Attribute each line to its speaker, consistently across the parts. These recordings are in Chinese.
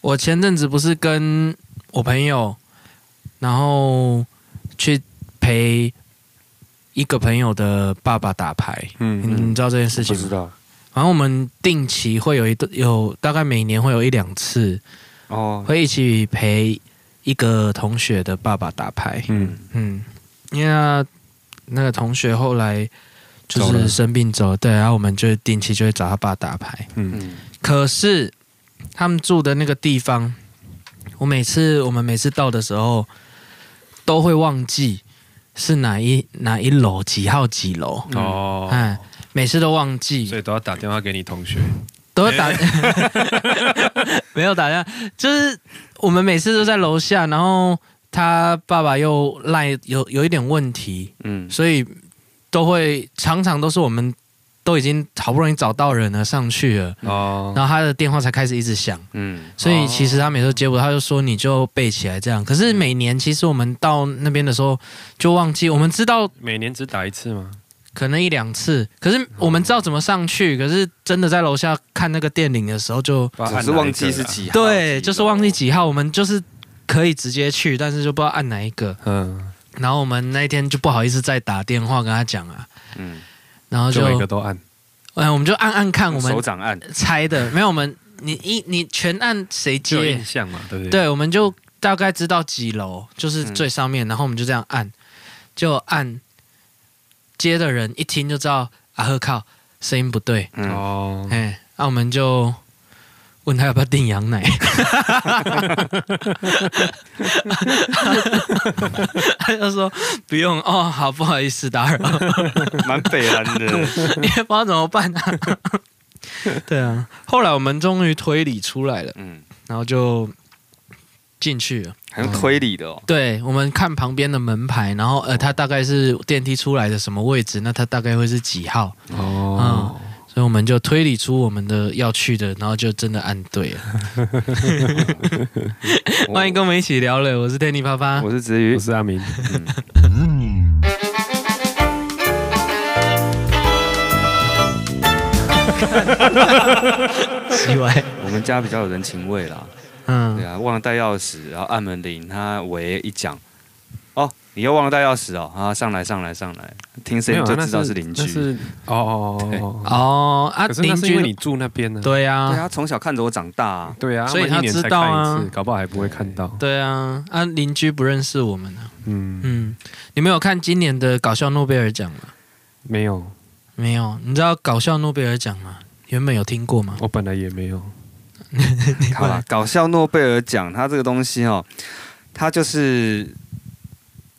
Speaker 1: 我前阵子不是跟我朋友，然后去陪一个朋友的爸爸打牌，
Speaker 2: 嗯
Speaker 1: 你知道这件事
Speaker 2: 不
Speaker 1: 情
Speaker 2: 知
Speaker 1: 吗？
Speaker 2: 道
Speaker 1: 然后我们定期会有一顿有大概每年会有一两次，
Speaker 2: 哦，
Speaker 1: 会一起陪一个同学的爸爸打牌。
Speaker 2: 嗯，
Speaker 1: 嗯，因为他那个同学后来就
Speaker 2: 走了
Speaker 1: 是生病走了，对，然后我们就定期就会找他爸打牌。
Speaker 2: 嗯
Speaker 3: 嗯，
Speaker 1: 可是他们住的那个地方，我每次我们每次到的时候，都会忘记是哪一哪一楼几号几楼，
Speaker 3: 哦，
Speaker 1: 哎，每次都忘记
Speaker 3: 所，以都要打电话给你同学，
Speaker 1: 都会打，
Speaker 3: 哎
Speaker 1: 没有打电话，就是我们每次都在楼下，然后他爸爸又赖有有一点问题，
Speaker 2: 嗯
Speaker 1: 所以都会常常都是我们都已经好不容易找到人了上去了，
Speaker 3: 哦，
Speaker 1: 然后他的电话才开始一直响，
Speaker 2: 嗯
Speaker 1: 所以其实他每次都接不到，他就说你就背起来这样。可是每年其实我们到那边的时候就忘记，我们知道
Speaker 3: 每年只打一次吗？
Speaker 1: 可能一两次，可是我们知道怎么上去，可是真的在楼下看那个电铃的时候就
Speaker 3: 不知道
Speaker 2: 只
Speaker 3: 按
Speaker 2: 是
Speaker 3: 哪一
Speaker 2: 忘
Speaker 3: 个
Speaker 2: 记是
Speaker 3: 啦，
Speaker 2: 几号，
Speaker 1: 对，就是忘记
Speaker 2: 几
Speaker 1: 几号，我们就是可以直接去，但是就不知道按哪一个。
Speaker 3: 嗯，
Speaker 1: 然后我们那一天就不好意思再打电话跟他讲啊，
Speaker 2: 楼，嗯，
Speaker 1: 然后就
Speaker 3: 就每个都按，
Speaker 1: 哎，我们就按按看，我们
Speaker 2: 手掌按，
Speaker 1: 猜的，没有我们你一你全按谁
Speaker 3: 就有
Speaker 1: 接
Speaker 3: 印？象嘛，对不对？，
Speaker 1: 对，我们就大概知道几楼，就是
Speaker 2: 嗯
Speaker 1: 最上面，然后我们就这样按，就按接的人一听就知道啊呵靠，声音不对，
Speaker 2: 嗯，
Speaker 3: 哦，
Speaker 1: 哎，那、我们就问他要不要订羊奶，他就说不用哦，好不好意思打扰，
Speaker 2: 蛮北蓝的，
Speaker 1: 你也不知道怎么办啊。 对啊，后来我们终于推理出来了。
Speaker 2: 嗯，
Speaker 1: 然后就进去了。
Speaker 2: 很有推理的哦，
Speaker 1: 对，我们看旁边的门牌，然后呃，它大概是电梯出来的什么位置，那它大概会是几号，嗯
Speaker 3: 哦，
Speaker 1: 所以我们就推理出我们的要去的，然后就真的按对了。欢迎跟我们一起聊了，我是天地啪啪
Speaker 2: 我，是子瑜
Speaker 3: 我，是阿明，
Speaker 1: 奇怪，
Speaker 2: 我们家比较有人情味啦，对
Speaker 1: 嗯，
Speaker 2: 啊，忘了带钥匙，然后按门铃，他喂一讲，哦，你又忘了带钥匙哦，啊，上来上来上来，听声
Speaker 3: 没有
Speaker 2: 音
Speaker 3: 啊，
Speaker 2: 就
Speaker 3: 那
Speaker 2: 知道是邻
Speaker 3: 那
Speaker 2: 居。
Speaker 3: 是哦哦哦哦，
Speaker 1: 哦啊，
Speaker 3: 可是那
Speaker 1: 邻
Speaker 3: 是因为
Speaker 1: 居
Speaker 3: 你住那边呢，
Speaker 1: 对
Speaker 2: 对
Speaker 1: 啊，
Speaker 2: 啊，从小看着我长大啊，
Speaker 3: 对啊，
Speaker 1: 所以
Speaker 3: 他们一
Speaker 1: 他
Speaker 3: 年才
Speaker 1: 知道啊
Speaker 3: 看一次，搞不好还不会看到，
Speaker 1: 对啊，啊，邻居不认识我们呢。
Speaker 3: 嗯，
Speaker 1: 嗯，你们有看今年的搞笑诺贝尔奖吗？
Speaker 3: 没有，
Speaker 1: 没有，你知道搞笑诺贝尔奖吗？原本有听过吗？
Speaker 3: 我本来也没有，
Speaker 2: 好啦，搞笑诺贝尔奖，它这个东西哦，它就是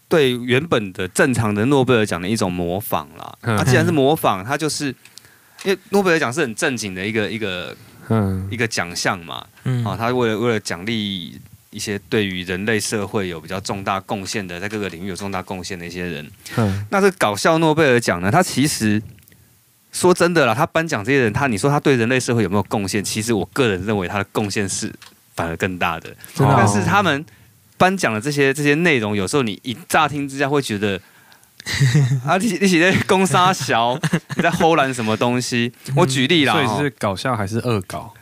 Speaker 2: 对原本的正常的诺贝尔奖的一种模仿啦。它、
Speaker 3: 嗯
Speaker 2: 既然是模仿，它就是因为诺贝尔奖是很正经的一个一个
Speaker 3: 嗯
Speaker 2: 一个奖项嘛，
Speaker 1: 嗯，
Speaker 2: 啊，它为了为了奖励一些对于人类社会有比较重大贡献的，在各个领域有重大贡献的一些人。
Speaker 3: 嗯，
Speaker 2: 那这搞笑诺贝尔奖呢，它其实说真的啦，他颁奖这些人，他你说他对人类社会有没有贡献？其实我个人认为他的贡献是反而更大的。
Speaker 1: 真的哦
Speaker 2: 但是他们颁奖的这些这些内容，有时候你一乍听之下会觉得。 啊，你你是在攻杀小， 你在偷懒什么东西？我举例啦，
Speaker 3: 嗯所以
Speaker 2: 哦
Speaker 3: 是哦搞笑还是恶搞？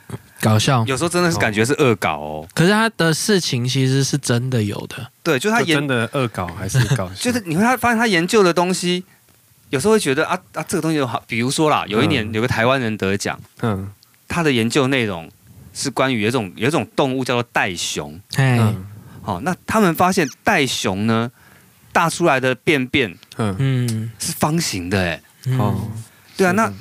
Speaker 1: 搞笑，
Speaker 2: 有时候真的是感觉是恶搞哦。
Speaker 1: 可是他的事情其实是真的有的，
Speaker 2: 对，就是他
Speaker 3: 就
Speaker 2: 研
Speaker 3: 真的恶搞还是搞笑？
Speaker 2: 就是你会他发现他研究的东西，有时候会觉得啊啊，这个东西有好，比如说啦，有一年
Speaker 3: 嗯
Speaker 2: 有个台湾人得奖，
Speaker 3: 嗯
Speaker 2: 他的研究内容是关于有一种有一种动物叫做袋熊，
Speaker 1: 哎，
Speaker 3: 嗯
Speaker 2: 好、那他们发现袋熊呢，大出来的便便
Speaker 3: 嗯，
Speaker 1: 嗯，
Speaker 2: 是方形的，哎，
Speaker 1: 嗯
Speaker 3: 哦，
Speaker 2: 对啊，
Speaker 3: 是
Speaker 2: 那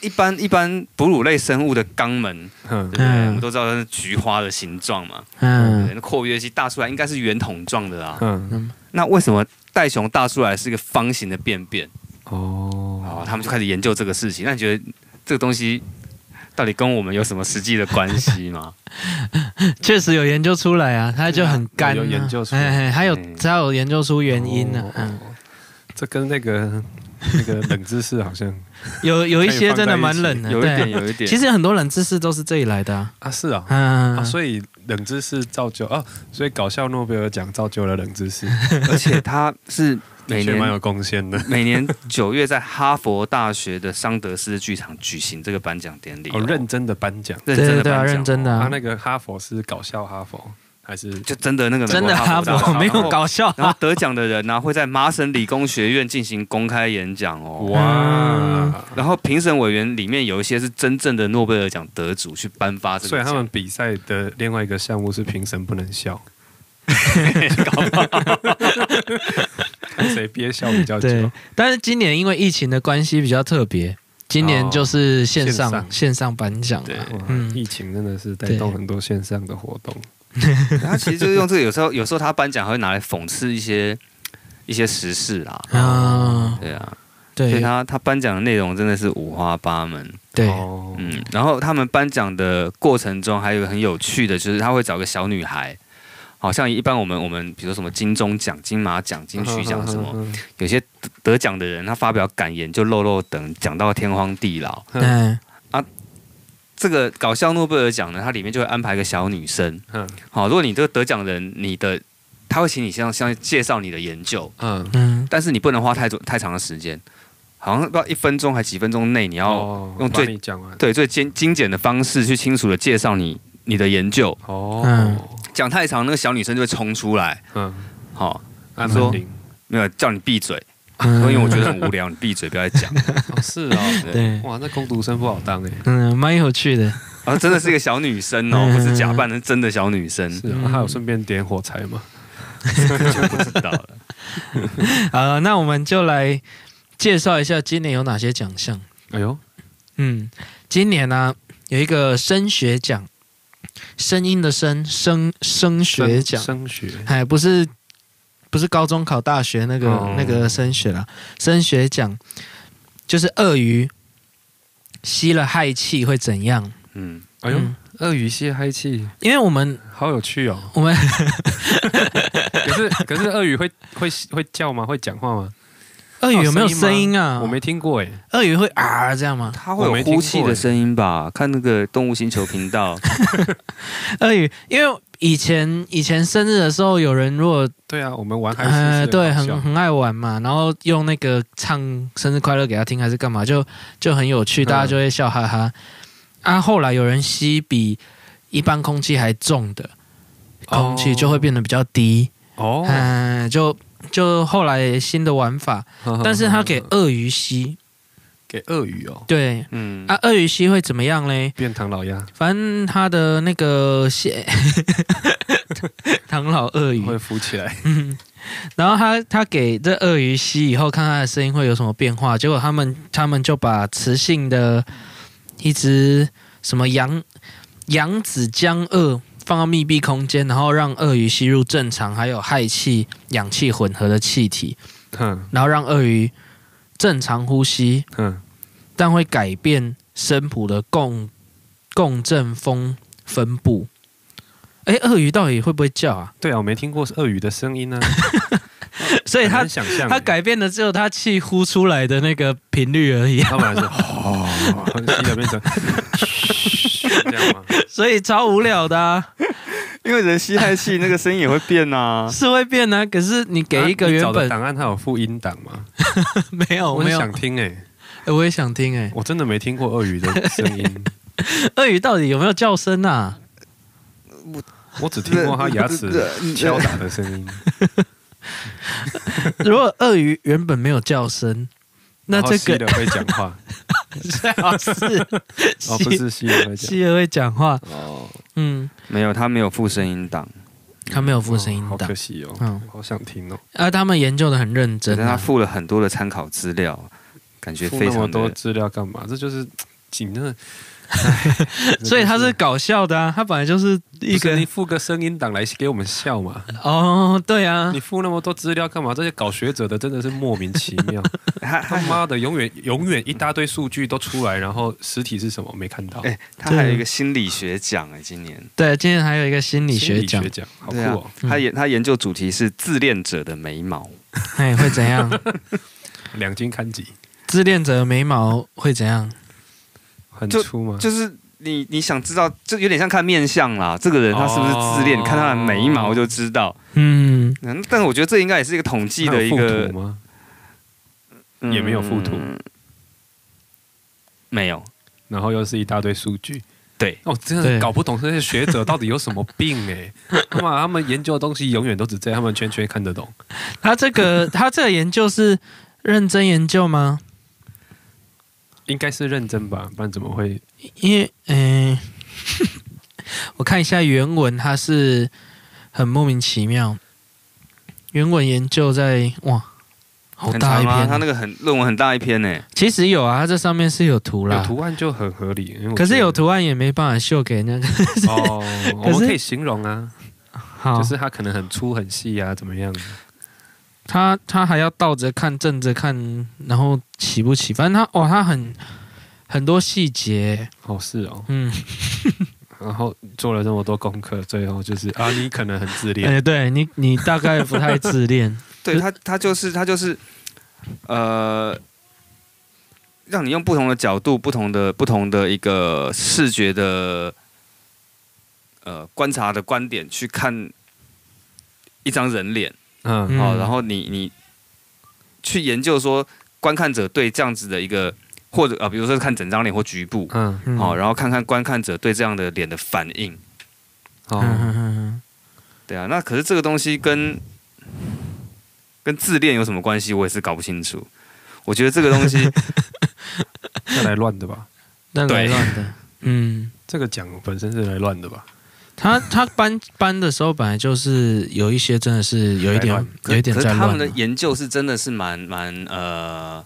Speaker 2: 一般一般哺乳类生物的肛门，对
Speaker 3: 嗯
Speaker 2: 不对？
Speaker 1: 嗯
Speaker 2: 我们都知道它是菊花的形状嘛，对不对
Speaker 1: 嗯，
Speaker 2: 那括约肌大出来应该是圆筒状的啊，
Speaker 3: 嗯
Speaker 2: 那为什么袋熊大出来是一个方形的便便？
Speaker 3: 哦，
Speaker 2: 哦，他们就开始研究这个事情。那你觉得这个东西到底跟我们有什么实际的关 系吗？
Speaker 1: 确实有研究出来啊，他就很干啊，
Speaker 3: 有研究出来
Speaker 1: 哎，哎还有
Speaker 2: 嗯
Speaker 1: 他有研究出原因呢
Speaker 3: 哦，
Speaker 1: 嗯，
Speaker 3: 这跟那个那个冷知识好像
Speaker 1: 有有一些真的蛮冷的，
Speaker 2: 有一点，
Speaker 1: 对啊，
Speaker 2: 有一点。
Speaker 1: 其实很多冷知识都是这里来的啊，
Speaker 3: 啊，是啊。啊，
Speaker 1: 嗯，
Speaker 3: 所以冷 哦知识造就啊，所以搞笑诺贝尔奖造就了冷知识。
Speaker 2: 而且它是每
Speaker 3: 的确
Speaker 2: 年
Speaker 3: 蛮有贡献的。
Speaker 2: 每年九月在哈佛大学的桑德斯剧场举行这个颁奖典礼、
Speaker 3: 哦，认真的颁奖，
Speaker 2: 认
Speaker 1: 对
Speaker 2: 真的
Speaker 1: 对对啊，
Speaker 2: 颁奖哦
Speaker 1: 认真的
Speaker 3: 他
Speaker 1: 啊，
Speaker 3: 那个哈佛是搞笑哈佛还是
Speaker 2: 就真的那个美国
Speaker 1: 真的哈
Speaker 2: 大学
Speaker 1: 佛没有。搞笑
Speaker 2: 然后然
Speaker 1: 啊
Speaker 2: 后，得奖的人呢、会在麻省理工学院进行公开演讲哦。
Speaker 3: 哇？
Speaker 2: 然后评审委员里面有一些是真正的诺贝尔奖得主去颁发这
Speaker 3: 所
Speaker 2: 个
Speaker 3: 以他
Speaker 2: 奖，
Speaker 3: 们比赛的另外一个项目是评审不能笑，看 谁憋笑比较久。
Speaker 1: 对，但是今年因为疫情的关系比较特别，今年就是哦线上、
Speaker 3: 哦线上
Speaker 1: 线上颁奖
Speaker 2: 对
Speaker 1: 啊，
Speaker 3: 哇
Speaker 1: 嗯
Speaker 3: 疫情真的是带动很多线上的活动，
Speaker 2: 他其实就是用这个，有时候有时候他颁奖还会拿来讽刺一些一些时事啦。
Speaker 1: 啊，
Speaker 2: 对啊，所以
Speaker 1: 对
Speaker 2: 他他颁奖的内容真的是五花八门。
Speaker 1: 对，
Speaker 3: 哦
Speaker 2: 嗯，然后他们颁奖的过程中，还有一个很有趣的，就是他会找个小女孩，好像一般我们我们比如说什么金钟奖、金马奖、金曲奖什
Speaker 3: 嗯
Speaker 2: 么，，有些得得奖的人，他发表感言就漏漏等，讲到天荒地老。
Speaker 1: 嗯
Speaker 2: 这个搞笑诺贝尔奖呢，它里面就会安排个小女生。
Speaker 3: 嗯
Speaker 2: 好，如果你这个得奖人，你的他会请你向向介绍你的研究，
Speaker 3: 嗯，
Speaker 1: 嗯，
Speaker 2: 但是你不能花太多太长的时间，好像不知道一分钟还几分钟内，你要、
Speaker 3: 哦
Speaker 2: 用最
Speaker 3: 把你讲完
Speaker 2: 对最精精简的方式去清楚的介绍你你的研究。
Speaker 3: 哦，
Speaker 2: 讲太长，那个小女生就会冲出来，
Speaker 3: 嗯，
Speaker 2: 好、
Speaker 3: 按
Speaker 2: 说
Speaker 3: 门铃
Speaker 2: 没有叫你闭嘴，因
Speaker 1: 嗯
Speaker 2: 为我觉得很无聊，你闭嘴不要再 讲。
Speaker 3: 哦是哦，
Speaker 1: 嗯对，
Speaker 3: 哇，那工读生不好当哎，
Speaker 1: 嗯，蛮有趣的，
Speaker 2: 然后啊真的是一个小女生哦，
Speaker 1: 嗯
Speaker 2: 不是假扮的，是真的小女生，
Speaker 3: 是啊，还有顺便点火柴嘛，
Speaker 2: 就不知道了。
Speaker 1: 呃，那我们就来介绍一下今年有哪些奖项。
Speaker 3: 哎呦，
Speaker 1: 嗯，今年呢、有一个声学奖，声音的声声声学
Speaker 3: 升
Speaker 1: 奖，
Speaker 3: 升学
Speaker 1: 哎，不是不是高中考大学那个、
Speaker 3: 哦
Speaker 1: 那个升学啦，升学奖就是鳄鱼吸了氦气会怎样？
Speaker 2: 嗯，
Speaker 3: 哎呦
Speaker 1: 嗯，
Speaker 3: 鳄鱼蟹嗨气，
Speaker 1: 因为我们
Speaker 3: 好有趣哦！
Speaker 1: 我们
Speaker 3: 可是可是鳄鱼会会会叫吗？会讲话吗？
Speaker 1: 鳄鱼有没有
Speaker 3: 哦声
Speaker 1: 声
Speaker 3: 音
Speaker 1: 音啊？
Speaker 3: 我没听过哎，
Speaker 1: 鳄鱼会啊这样吗？
Speaker 2: 她
Speaker 3: 我
Speaker 2: 会
Speaker 3: 没
Speaker 2: 有
Speaker 3: 听
Speaker 2: 呼气
Speaker 3: 过
Speaker 2: 的
Speaker 3: 欸耶
Speaker 2: 声音吧？看那个动物星球频 道，
Speaker 1: 鳄鱼，因为以前以前生日的时候，有人如果
Speaker 3: 对啊，我们玩嗨气是
Speaker 1: 呃，
Speaker 3: 很
Speaker 1: 对，
Speaker 3: 好
Speaker 1: 很
Speaker 3: 笑
Speaker 1: 很爱玩嘛，然后用那个唱生日快乐给他听，还是干嘛，就就很有
Speaker 3: 嗯
Speaker 1: 趣，大家就会笑哈哈。啊，后来有人吸比一般空气还重的空气，就会变得比较低，
Speaker 3: 哦，
Speaker 1: 嗯、就就后来新的玩法，
Speaker 3: 嗯
Speaker 1: 但是他给鳄鱼吸，
Speaker 3: 给鳄鱼哦，
Speaker 1: 对。
Speaker 2: 嗯，
Speaker 1: 啊，鳄鱼吸会怎么样嘞？
Speaker 3: 变唐老鸭
Speaker 1: 反正它的那个 蟹， 唐老鳄鱼
Speaker 3: 会浮起来，
Speaker 1: 然后他他给这鳄鱼吸以后，看它的声音会有什么变化。结果他们他们就把雌性的一只什么羊羊子江鳄放到密闭空间，然后让鳄鱼吸入正常还有氦气、氧气混合的气体，
Speaker 3: 哼
Speaker 1: 然后让鳄鱼正常呼吸，
Speaker 3: 哼，
Speaker 1: 但会改变声谱的共共振风分布。哎，鳄鱼到底会不会叫啊？
Speaker 3: 对啊，我没听过是鳄鱼的声音呢， 啊
Speaker 1: 所以
Speaker 3: 很
Speaker 1: 它
Speaker 3: 难想象欸
Speaker 1: 它改变的只有它气呼出来的那个频率而 已，
Speaker 3: 他本来是 哦，吸的变 成这样吗？
Speaker 1: 所以超无聊的、 啊，
Speaker 2: 因为人吸氦气，那个声音也会变啊。
Speaker 1: 是会变啊。可是你给一
Speaker 3: 啊
Speaker 1: 个
Speaker 3: 你
Speaker 1: 原
Speaker 3: 找的
Speaker 1: 本、
Speaker 3: 档案，它有附音档吗？
Speaker 1: 没有
Speaker 3: 我
Speaker 1: 没
Speaker 3: 很
Speaker 1: 有、
Speaker 3: 想听哎，
Speaker 1: 诶我也想听哎、
Speaker 3: 我真的没听过鳄鱼的声音，
Speaker 1: 鳄鱼到底有没有叫声啊？
Speaker 3: 我只听过它牙 齿敲打的声音。
Speaker 1: 如果鳄鱼原本没有叫声， 那
Speaker 3: 然后
Speaker 1: 这
Speaker 3: 吸
Speaker 1: 个
Speaker 3: 的会讲 话，
Speaker 1: 最 好是
Speaker 3: 哦，不
Speaker 1: 吸
Speaker 3: 是吸的会讲
Speaker 1: 吸了会讲话，
Speaker 3: 哦，
Speaker 1: 嗯，
Speaker 2: 没有，他没有附声音档，
Speaker 1: 它没有附声音
Speaker 3: 好
Speaker 1: 档
Speaker 3: 可，惜哦，
Speaker 1: 嗯，
Speaker 3: 好想听哦，
Speaker 1: 啊，他们研究的很认
Speaker 2: 但
Speaker 1: 真、
Speaker 2: 他
Speaker 1: 啊，
Speaker 2: 附了很多的参考资料，感觉
Speaker 3: 付
Speaker 2: 非
Speaker 3: 那么
Speaker 2: 常
Speaker 3: 多
Speaker 2: 的。
Speaker 3: 资料干嘛？这就是紧 的，哎
Speaker 1: 所以他是搞笑的啊，他本来就是一
Speaker 3: 一个
Speaker 1: 个
Speaker 3: 你付个声音档来给我们笑嘛？
Speaker 1: 哦，对啊
Speaker 3: 你，付那么多资料干嘛？这些搞学者的真的是莫名其 妙，
Speaker 2: 他
Speaker 3: 他妈的永远永远一大堆数据都出来，然后实体是什么没看到？
Speaker 2: 哎，他还有一个心理学奖哎，今年
Speaker 1: 对，今天还有一个心理
Speaker 3: 心
Speaker 1: 学
Speaker 3: 理
Speaker 1: 奖
Speaker 3: 学，奖，好酷
Speaker 2: 对啊
Speaker 3: 哦！
Speaker 1: 嗯
Speaker 2: 他研他研究主题是自恋者的眉毛，
Speaker 1: 哎，会怎样？
Speaker 3: 两斤看几，
Speaker 1: 自恋者的眉毛会怎样？
Speaker 3: 很粗吗？
Speaker 2: 就是你你想知道，就有点像看面相啦，这个人他是不是自恋，
Speaker 3: 哦
Speaker 2: 看他的眉毛就知道。
Speaker 1: 嗯，嗯，
Speaker 2: 嗯但我觉得这应该也是一个统计的一
Speaker 3: 那有
Speaker 2: 个
Speaker 3: 附，图吗？
Speaker 2: 嗯
Speaker 3: 也没有附图，
Speaker 2: 没有。
Speaker 3: 然后又是一大堆数据。
Speaker 2: 对，
Speaker 3: 我、真的
Speaker 1: 对
Speaker 3: 搞不懂这些学者到底有什么病哎、 他妈，他们研究的东西永远都只这样，他们圈圈看得懂。
Speaker 1: 他这 个他这个研究是认真研究吗？
Speaker 3: 应该是认真吧，不然怎么会？
Speaker 1: 因为嗯， 我看一下原文，它是很莫名其妙。原文研究在哇，好
Speaker 2: 很
Speaker 1: 大一
Speaker 2: 长啊，
Speaker 1: 篇
Speaker 2: 他那
Speaker 1: 啊。
Speaker 2: 个很论文很大一篇呢。
Speaker 1: 其实有啊，它这上面是有图
Speaker 3: 有
Speaker 1: 啦，
Speaker 3: 图案就很合理，因为我
Speaker 1: 啊可是
Speaker 3: 觉得
Speaker 1: 有图案也没办法秀给那个。
Speaker 3: 哦，我
Speaker 1: 可
Speaker 3: 们
Speaker 1: 是
Speaker 3: 可以形容啊，
Speaker 1: 好，
Speaker 3: 就是它可能很粗很细啊，怎么样？
Speaker 1: 他他还要倒着看、正着看，然后起不起？反正他哦，他很很多细节，
Speaker 3: 哦，是哦，
Speaker 1: 嗯，
Speaker 3: 然后做了这么多功课，最后就是 啊，你可能很自
Speaker 1: 哎、
Speaker 3: 恋，
Speaker 1: 对你你大概不太自 恋，
Speaker 2: 对他，他就是他就是，呃，让你用不同的角度、不同的不同的一个视觉的，呃，观察的观点去看一张人脸，
Speaker 3: 嗯
Speaker 1: 嗯
Speaker 2: 哦，然后你你去研究说观看者对这样子的一个，或者啊、呃，比如说看整张脸或局部，
Speaker 3: 嗯，
Speaker 1: 嗯
Speaker 2: 哦，然后看看观看者对这样的脸的反应，
Speaker 1: 嗯
Speaker 3: 哦，
Speaker 1: 嗯嗯
Speaker 2: 对啊，那可是这个东西跟跟自恋有什么关系，我也是搞不清楚。我觉得这个东西
Speaker 3: 是来乱的吧？
Speaker 1: 那来
Speaker 2: 对
Speaker 1: 乱 的，嗯，
Speaker 3: 这个奖本身是来乱的吧？
Speaker 1: 他他搬搬的时候本来就是有一些真的是有一
Speaker 3: 在
Speaker 1: 点
Speaker 3: 乱
Speaker 1: 有一点
Speaker 2: 可是
Speaker 1: 在
Speaker 2: 他
Speaker 1: 乱
Speaker 2: 们
Speaker 1: 啊
Speaker 2: 的
Speaker 1: 嘛，
Speaker 2: 研究是真的是蛮蛮呃，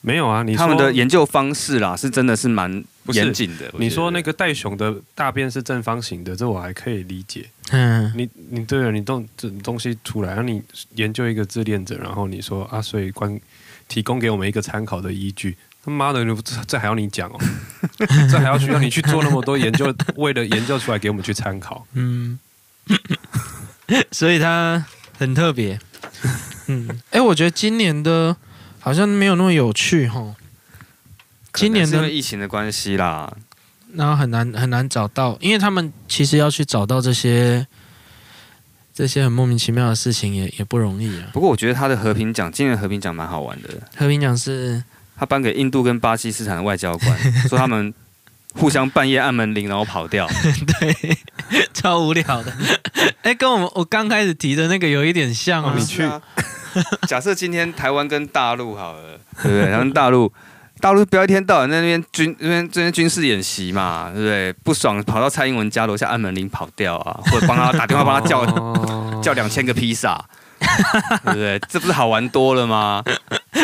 Speaker 3: 没有啊，你说
Speaker 2: 他们的研究方式啦，是真的是蛮
Speaker 3: 不是
Speaker 2: 严谨的。我
Speaker 3: 你
Speaker 2: 觉
Speaker 3: 说
Speaker 2: 得
Speaker 3: 那个袋熊的大便是正方形的，这我还可以理解。
Speaker 1: 嗯，
Speaker 3: 你你对啊了，你东这东西出来，然后你研究一个自恋者，然后你说啊，所以关提供给我们一个参考的依据。他妈的，这这还要你讲哦？这还要需要你去做那么多研究，为了研究出来给我们去参考？
Speaker 1: 嗯，所以他很特别。嗯，哎、我觉得今年的好像没有那么有趣哈，
Speaker 2: 可能
Speaker 1: 今年
Speaker 2: 是
Speaker 1: 的
Speaker 2: 因为疫情的关系啦，
Speaker 1: 然后很难很难找到，因为他们其实要去找到这些这些很莫名其妙的事情也也不容易啊。
Speaker 2: 不过我觉得他的和平奖，今年的和平奖蛮好玩的。
Speaker 1: 和平奖是
Speaker 2: 他颁给印度跟巴基斯坦的外交官，说他们互相半夜按门铃，然后跑掉。
Speaker 1: 超无聊的， 哎、跟我们我刚开始提的那个有一点像啊。
Speaker 3: 哦你去
Speaker 2: 是啊。假设今天台湾跟大陆好了，对不对？然后大陆，大陆不要一天到晚在那边军那边这边军事演习嘛，对不对？不爽跑到蔡英文家楼下按门铃跑掉啊，或者帮他打电话帮他叫、
Speaker 3: 哦
Speaker 2: 叫两千个披萨，对不对？这不是好玩多了吗？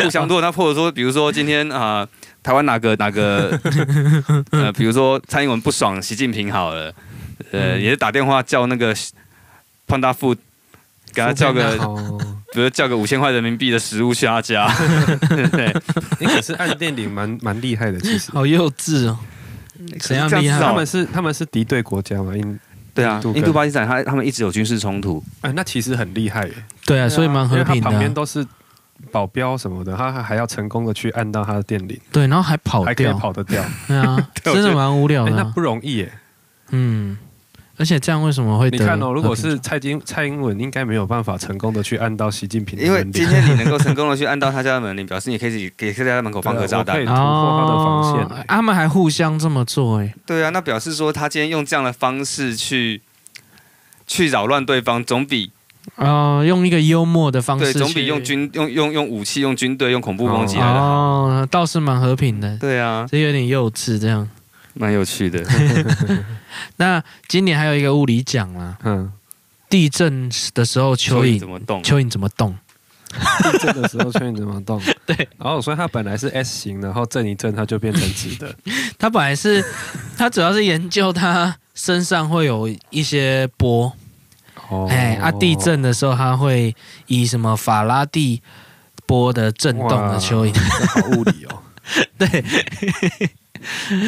Speaker 2: 互相多，那或者说，比如说今天啊、台湾哪个哪个呃，比如说蔡英文不爽习近平好了，
Speaker 3: 嗯
Speaker 2: 呃，也是打电话叫那个胖大富。给他叫个
Speaker 3: 哦，
Speaker 2: 比如叫个五千块人民币的食物去他 家，对不对？
Speaker 3: 你可是按电铃蛮蛮厉害的，其实。
Speaker 1: 好幼稚哦，怎样
Speaker 2: 这样
Speaker 1: 厉
Speaker 2: 至
Speaker 1: 害
Speaker 2: 少
Speaker 3: 他？们是他们是敌对国家嘛？印
Speaker 2: 对啊
Speaker 3: 印度，跟
Speaker 2: 印度巴基斯坦他他们一直有军事冲突，
Speaker 3: 哎，那其实很厉害耶。
Speaker 1: 对啊，所以蛮和
Speaker 3: 因为
Speaker 1: 平
Speaker 3: 他
Speaker 1: 的
Speaker 3: 旁边
Speaker 1: 啊、
Speaker 3: 都是保镖什么的，他还还要成功的去按到他的电铃，
Speaker 1: 对，然后还跑
Speaker 3: 还可以
Speaker 1: 掉，
Speaker 3: 跑得 掉。
Speaker 1: 对 啊，
Speaker 2: 对
Speaker 1: 真
Speaker 2: 我觉
Speaker 1: 的
Speaker 2: 得
Speaker 1: 蛮无聊
Speaker 3: 哎，
Speaker 1: 的
Speaker 3: 那
Speaker 1: 啊、
Speaker 3: 不容易耶。
Speaker 1: 嗯，而且这样为什么会
Speaker 3: 你
Speaker 1: 得？
Speaker 3: 看哦，如果是蔡英蔡英文，应该没有办法成功的去按到习近平的
Speaker 2: 因为
Speaker 3: 门
Speaker 2: 今
Speaker 3: 铃，
Speaker 2: 天你能够成功的去按到他家的门铃，表示你可以自己可以在他门口放颗炸弹
Speaker 3: 对。突破他的防线
Speaker 1: 哦他们还互相这么做、哎，
Speaker 2: 对啊，那表示说他今天用这样的方式去去扰乱对方，总比
Speaker 1: 哦，用一个幽默的方式
Speaker 2: 对
Speaker 1: 去，
Speaker 2: 总比用军用用用武器、用军队、用恐怖攻击来的。
Speaker 1: 哦，倒是蛮和平的，
Speaker 2: 对啊，
Speaker 1: 这有点幼稚这样。
Speaker 2: 蛮有趣的。
Speaker 1: 那今年还有一个物理奖啦，
Speaker 3: 嗯，
Speaker 1: 地震的时候蚯
Speaker 2: 蚯蚓
Speaker 1: 蚓
Speaker 2: 怎么动？
Speaker 1: 蚯蚓怎么动？
Speaker 3: 地震的时候蚯蚓怎么动？
Speaker 1: 对，
Speaker 3: 然后所以它本来是 S 型，然后震一震它就变成直的。
Speaker 1: 它本来是它主要是研究它身上会有一些波，
Speaker 3: 哦
Speaker 1: 哎、啊，地震的时候它会以什么法拉第波的震动的蚯蚓，
Speaker 3: 蚓，好物理哦。
Speaker 1: 对，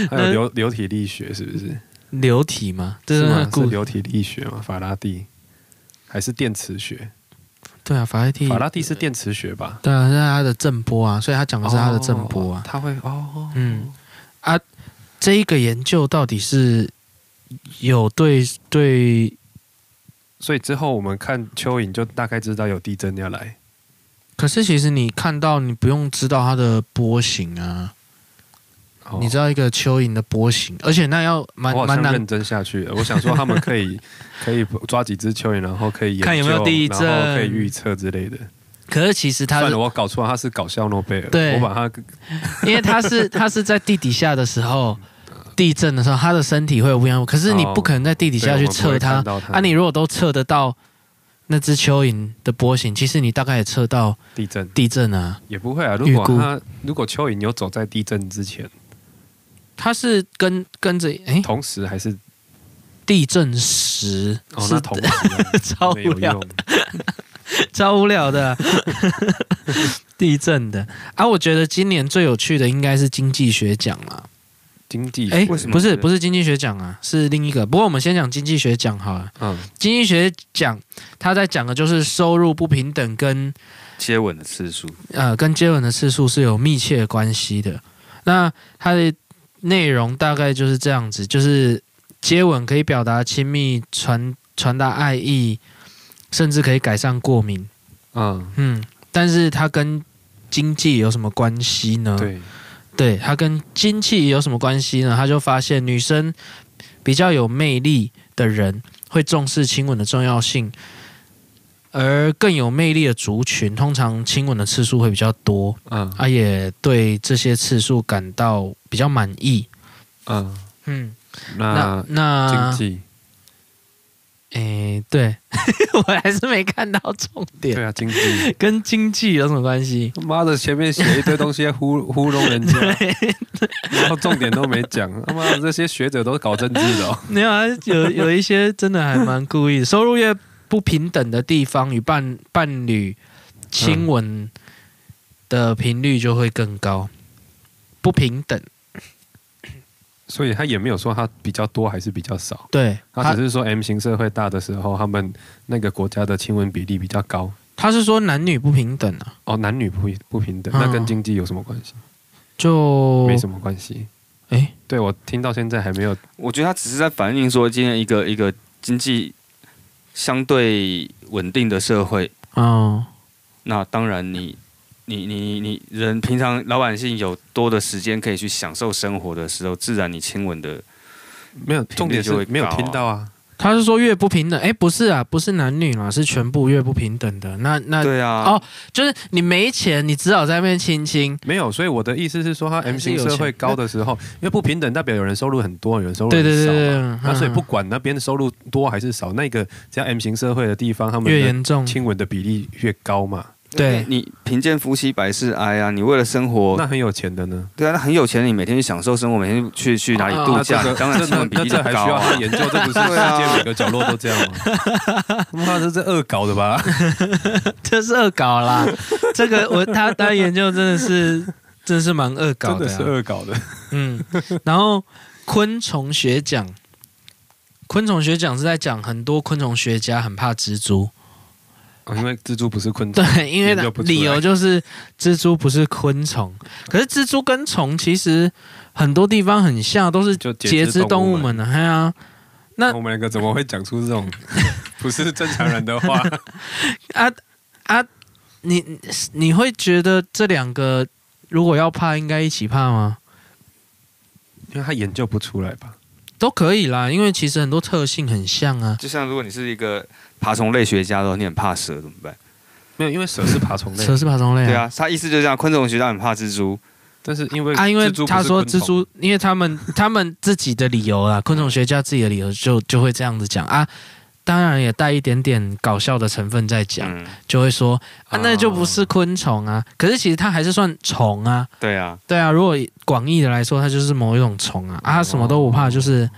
Speaker 3: 还有流流体力学 是不是？
Speaker 1: 流体嘛，这
Speaker 3: 是
Speaker 1: 是那
Speaker 3: 吗？
Speaker 1: 个
Speaker 3: 是
Speaker 1: 啊故
Speaker 3: 流体力学嘛？法拉第还是电磁学？
Speaker 1: 对啊，法拉第
Speaker 3: 法拉第是电磁学吧？
Speaker 1: 对啊，是它的震波啊，所以它讲的是它的震波啊
Speaker 3: 哦，它会哦，
Speaker 1: 嗯，啊，这一个研究到底是有对对
Speaker 3: 所以之后我们看蚯蚓就大概知道有地震要来。
Speaker 1: 可是其实你看到，你不用知道它的波形啊，
Speaker 3: 哦
Speaker 1: 你知道一个蚯蚓的波形，而且那要蛮
Speaker 3: 我好
Speaker 1: 蛮
Speaker 3: 像
Speaker 1: 难
Speaker 3: 认真下去了。我想说他们 可以可以抓几只蚯蚓，然后可以研究
Speaker 1: 看有没有地震
Speaker 3: 然后可以预测之类的。
Speaker 1: 可是其实它是
Speaker 3: 算了，我搞错了，他是搞笑诺贝尔。
Speaker 1: 对
Speaker 3: 我把他
Speaker 1: 因为它是它是在地底下的时候，地震的时候，它的身体会有不一样。可是你
Speaker 3: 哦
Speaker 1: 不可能在地底下去测它。啊，
Speaker 3: 啊
Speaker 1: 你如果都测得到那只蚯蚓的波形，其实你大概也测到
Speaker 3: 地震
Speaker 1: 地震啊。
Speaker 3: 也不会啊。如
Speaker 1: 预
Speaker 3: 果
Speaker 1: 估
Speaker 3: 他如果蚯蚓有走在地震之前，
Speaker 1: 它是跟跟着诶，
Speaker 3: 同时还是
Speaker 1: 地震时
Speaker 3: 哦，
Speaker 1: 是
Speaker 3: 那同时啊
Speaker 1: 超
Speaker 3: 没
Speaker 1: 无
Speaker 3: 有
Speaker 1: 聊
Speaker 3: 用，
Speaker 1: 超无聊的、 地震的啊。我觉得今年最有趣的应该是经济学奖啦。
Speaker 3: 经济
Speaker 1: 诶，
Speaker 2: 为什么
Speaker 1: 不是
Speaker 2: 是
Speaker 1: 不是经济学奖啊，是另一个。不过我们先讲经济学奖好了。
Speaker 3: 嗯，
Speaker 1: 经济学奖，他在讲的就是收入不平等跟
Speaker 2: 接吻的次数，
Speaker 1: 呃跟接吻的次数是有密切关系的。那它的内容大概就是这样子，就是接吻可以表达亲密、传传达爱意，甚至可以改善过敏。
Speaker 3: 嗯，
Speaker 1: 嗯，但是它跟经济有什么关系呢？
Speaker 3: 对，
Speaker 1: 对它跟精气有什么关系呢？他就发现女生比较有魅力的人会重视亲吻的重要性，而更有魅力的族群通常亲吻的次数会比较多，
Speaker 3: 嗯
Speaker 1: 啊，也对这些次数感到比较满意。
Speaker 3: 嗯，
Speaker 1: 嗯，
Speaker 3: 那
Speaker 1: 那啊那
Speaker 3: 经济
Speaker 1: 诶，对 我还是没看到重点，
Speaker 3: 对啊，经济。
Speaker 1: 跟经济有什么关系？
Speaker 3: 他妈的，前面写一堆东西在糊 糊弄人家，然后重点都没讲。他妈的，这些学者都是搞政治的、哦。
Speaker 1: 没有啊，有有一些真的还蛮故意的。收入越不平等的地方，与伴伴侣亲吻的频率就会更高。不平等，
Speaker 3: 所以他也没有说他比较多还是比较少，
Speaker 1: 对，
Speaker 3: 他
Speaker 1: 他
Speaker 3: 只是说 M 型社会大的时候，他们那个国家的亲吻比例比较高。
Speaker 1: 他是说男女不平等啊，
Speaker 3: 哦，男女不不平等，
Speaker 1: 嗯
Speaker 3: 那跟经济有什么关系？
Speaker 1: 就
Speaker 3: 没什么关系。
Speaker 1: 哎，
Speaker 3: 对我听到现在还没有
Speaker 2: 我觉得他只是在反映说，今天一个一个经济相对稳定的社会，
Speaker 1: 哦，
Speaker 2: 那当然你。你你你你人平常老百姓有多的时间可以去享受生活的时候，自然你亲吻的
Speaker 3: 没有重
Speaker 2: 频
Speaker 3: 点
Speaker 2: 率就
Speaker 3: 是
Speaker 2: 会
Speaker 3: 没有
Speaker 2: 高啊
Speaker 3: 听到啊。
Speaker 1: 他是说越不平等，哎，不是啊，不是男女啦，是全部越不平等的。那那
Speaker 2: 对啊，
Speaker 1: 哦就是你没钱，你只好在那边亲亲，
Speaker 3: 没有，所以我的意思是说，它
Speaker 1: 还
Speaker 3: M
Speaker 1: 是有
Speaker 3: 型社会
Speaker 1: 钱
Speaker 3: 高的时候，因为不平等代表有人收入很多，有人收入
Speaker 1: 对
Speaker 3: 很
Speaker 1: 对
Speaker 3: 少
Speaker 1: 对对
Speaker 3: 嘛
Speaker 1: 嗯，
Speaker 3: 那所以
Speaker 1: 嗯
Speaker 3: 不管那边的收入多还是少，那个只要 M 型社会的地方，他们
Speaker 1: 越
Speaker 3: 的
Speaker 1: 严重。
Speaker 3: 亲吻的比例越高嘛，
Speaker 1: 对
Speaker 2: 你贫贱夫妻百事哀啊！你为了生活
Speaker 3: 那，很有钱的呢。
Speaker 2: 对啊，那很有钱，你每天去享受生活，每天去去哪里
Speaker 1: 啊
Speaker 2: 度
Speaker 1: 那
Speaker 3: 这
Speaker 2: 假，
Speaker 3: 个
Speaker 2: 你当然
Speaker 3: 这
Speaker 2: 新闻
Speaker 3: 哦那
Speaker 2: 比
Speaker 3: 那
Speaker 2: 例就
Speaker 3: 这还需
Speaker 2: 高
Speaker 3: 要
Speaker 2: 啊
Speaker 3: 他。研究？ 这不是世
Speaker 2: 对啊
Speaker 3: 界每个角落都这样吗？妈的，这恶搞的吧？
Speaker 1: 这是恶搞啦，这个我他他研究真的是真是蛮恶搞的
Speaker 3: 真的
Speaker 1: 啊、
Speaker 3: 是恶搞的。
Speaker 1: 嗯，然后昆虫学奖，昆虫学奖是在讲很多昆虫学家很怕蜘蛛，
Speaker 3: 哦因为蜘蛛不是昆虫，
Speaker 1: 对，因为
Speaker 3: 研究不出来
Speaker 1: 理由就是蜘蛛不是昆虫，可是蜘蛛跟虫其实很多地方很像，都是
Speaker 3: 就
Speaker 1: 节肢动
Speaker 3: 物
Speaker 1: 物。们的，哎呀、那
Speaker 3: 那我们两个怎么会讲出这种不是正常人的话？
Speaker 1: 啊啊，你你会觉得这两个如果要怕，应该一起怕吗？
Speaker 3: 因为他研究不出来吧？
Speaker 1: 都可以啦，因为其实很多特性很像啊。
Speaker 2: 就像如果你是一个爬虫类学家的话，你很怕蛇怎么办？
Speaker 3: 没有，因为蛇是爬虫类，
Speaker 1: 蛇是爬虫类
Speaker 2: 对
Speaker 1: 啊，
Speaker 2: 啊，他意思就是这样，昆虫学家很怕蜘蛛，
Speaker 3: 但是因为
Speaker 1: 啊，因为
Speaker 3: 蜘蛛不是
Speaker 1: 他说
Speaker 3: 昆虫
Speaker 1: 蜘蛛，因为他 们他们自己的理由啊，昆虫学家自己的理由就就会这样子讲啊。当然也带一点点搞笑的成分在讲，
Speaker 2: 嗯，
Speaker 1: 就会说啊，
Speaker 3: 哦
Speaker 1: 那就不是昆虫啊。可是其实它还是算虫啊，
Speaker 2: 对啊，
Speaker 1: 对啊。如果广义的来说，它就是某一种虫啊。啊，它什么都不怕，
Speaker 3: 哦
Speaker 1: 就是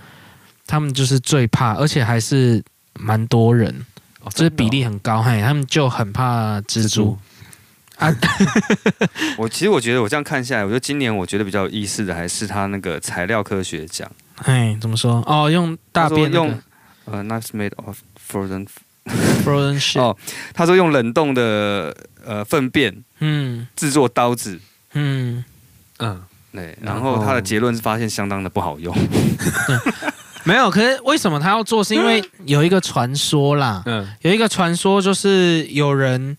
Speaker 1: 他们就是最怕，而且还是蛮多人，
Speaker 3: 哦
Speaker 1: 就是
Speaker 3: 真的哦
Speaker 1: 比例很高，嘿，他们就很怕蜘蛛。啊
Speaker 2: 我其实我觉得我这样看下来，我觉得今年我觉得比较有意思的还是他那个材料科学奖，
Speaker 1: 哎，怎么说？哦，用大
Speaker 2: 他说
Speaker 1: 便那个
Speaker 2: 用呃，knives made of frozen，
Speaker 1: frozen shit，、
Speaker 2: 哦他说用冷冻的呃粪便
Speaker 1: 嗯
Speaker 2: 制作刀子，
Speaker 1: 嗯，
Speaker 3: 嗯，
Speaker 2: 对，然后他的结论是发现相当的不好用。
Speaker 1: 没有，可是为什么他要做？是因为有一个传说啦，
Speaker 3: 嗯
Speaker 1: 有一个传说就是有人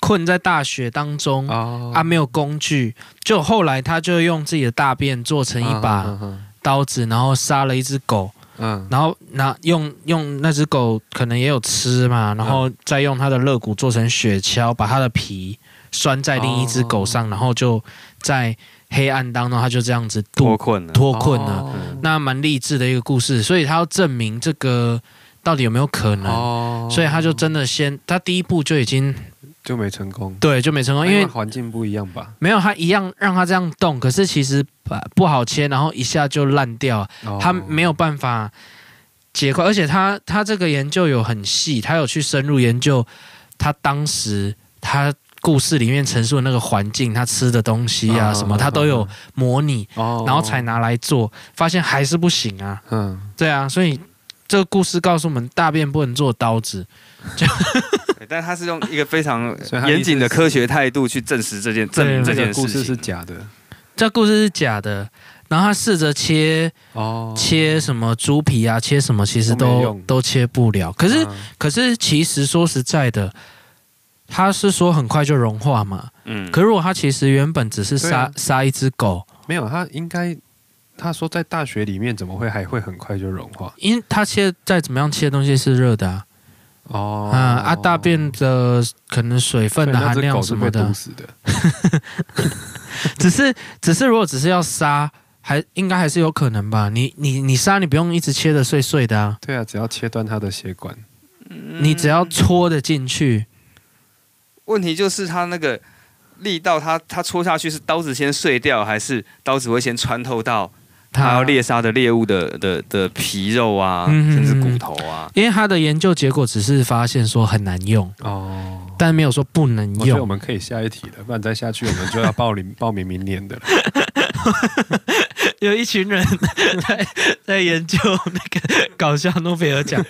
Speaker 1: 困在大雪当中
Speaker 3: 哦
Speaker 1: 啊，没有工具，就后来他就用自己的大便做成一把
Speaker 3: 嗯
Speaker 1: 刀子，然后杀了一只狗，
Speaker 3: 嗯
Speaker 1: 然后拿用用那只狗可能也有吃嘛，然后再用它的肋骨做成雪橇，把它的皮拴在另一只狗上，然后就在黑暗当中，它就这样子
Speaker 2: 脱
Speaker 1: 脱
Speaker 2: 困了。
Speaker 1: 脱困
Speaker 3: 哦
Speaker 1: 了。
Speaker 2: 嗯
Speaker 1: 那蛮励志的一个故事，所以他要证明这个到底有没有可能，
Speaker 3: 哦
Speaker 1: 嗯所以他就真的先他第一步就已经
Speaker 3: 就没成功，
Speaker 1: 对就没成哦功，因为
Speaker 3: 环境不一样吧，
Speaker 1: 没有他一样让他这样动，可是其实把不好切，然后一下就烂掉了，
Speaker 3: 哦
Speaker 1: 他没有办法解块，而且他他这个研究有很细，他有去深入研究他当时他故事里面陈述的那个环境，他吃的东西啊什么，他都有模拟，
Speaker 3: 哦，
Speaker 1: 然后才拿来做，发现还是不行啊，
Speaker 3: 嗯，
Speaker 1: 对啊，所以这个故事告诉我们，大便不能做刀子，
Speaker 2: 对但他是用一个非常
Speaker 3: 所以他
Speaker 2: 严谨的科学态度去证实这件证
Speaker 1: 对
Speaker 2: 明
Speaker 1: 那
Speaker 2: 这
Speaker 3: 这
Speaker 2: 件
Speaker 3: 个
Speaker 2: 事
Speaker 3: 故事
Speaker 2: 情
Speaker 3: 是假的
Speaker 1: 这故事是假的。然后他试着切
Speaker 3: 哦
Speaker 1: 切什么猪皮啊，切什么，其实
Speaker 3: 都没
Speaker 1: 都
Speaker 3: 用
Speaker 1: 都切不了。可
Speaker 3: 可
Speaker 1: 是可是其实说实在的，他是说很快就融化嘛。
Speaker 2: 嗯，
Speaker 1: 可如果他其实原本只是杀、
Speaker 3: 对啊
Speaker 1: 杀一只狗，
Speaker 3: 没有，他应该他说在大学里面怎么会还会很快就融化？
Speaker 1: 因为他切再怎么样切东西是热的啊，
Speaker 3: 哦
Speaker 1: 啊啊大便的呃可能水分的含量什么的
Speaker 3: 毒，死的，
Speaker 1: 只是只是如果只是要杀，还应该还是有可能吧？你你你杀你不用一直切的碎碎的啊，
Speaker 3: 对啊，只要切断他的血管，
Speaker 1: 你只要戳的进去，
Speaker 2: 问题就是他那个力道他，他戳下去是刀子先碎掉，还是刀子会先穿透到他要猎杀的猎物的的的皮肉啊，
Speaker 1: 嗯
Speaker 2: 甚至骨头啊？
Speaker 1: 因为他的研究结果只是发现说很难用，
Speaker 3: 哦。
Speaker 1: 但没有说不能
Speaker 3: 我觉得我
Speaker 1: 用。
Speaker 3: 们可以下一题了，不然再下去我们就要报名 报名明年的了。
Speaker 1: 有一群 人在在研究那个搞笑诺贝尔奖，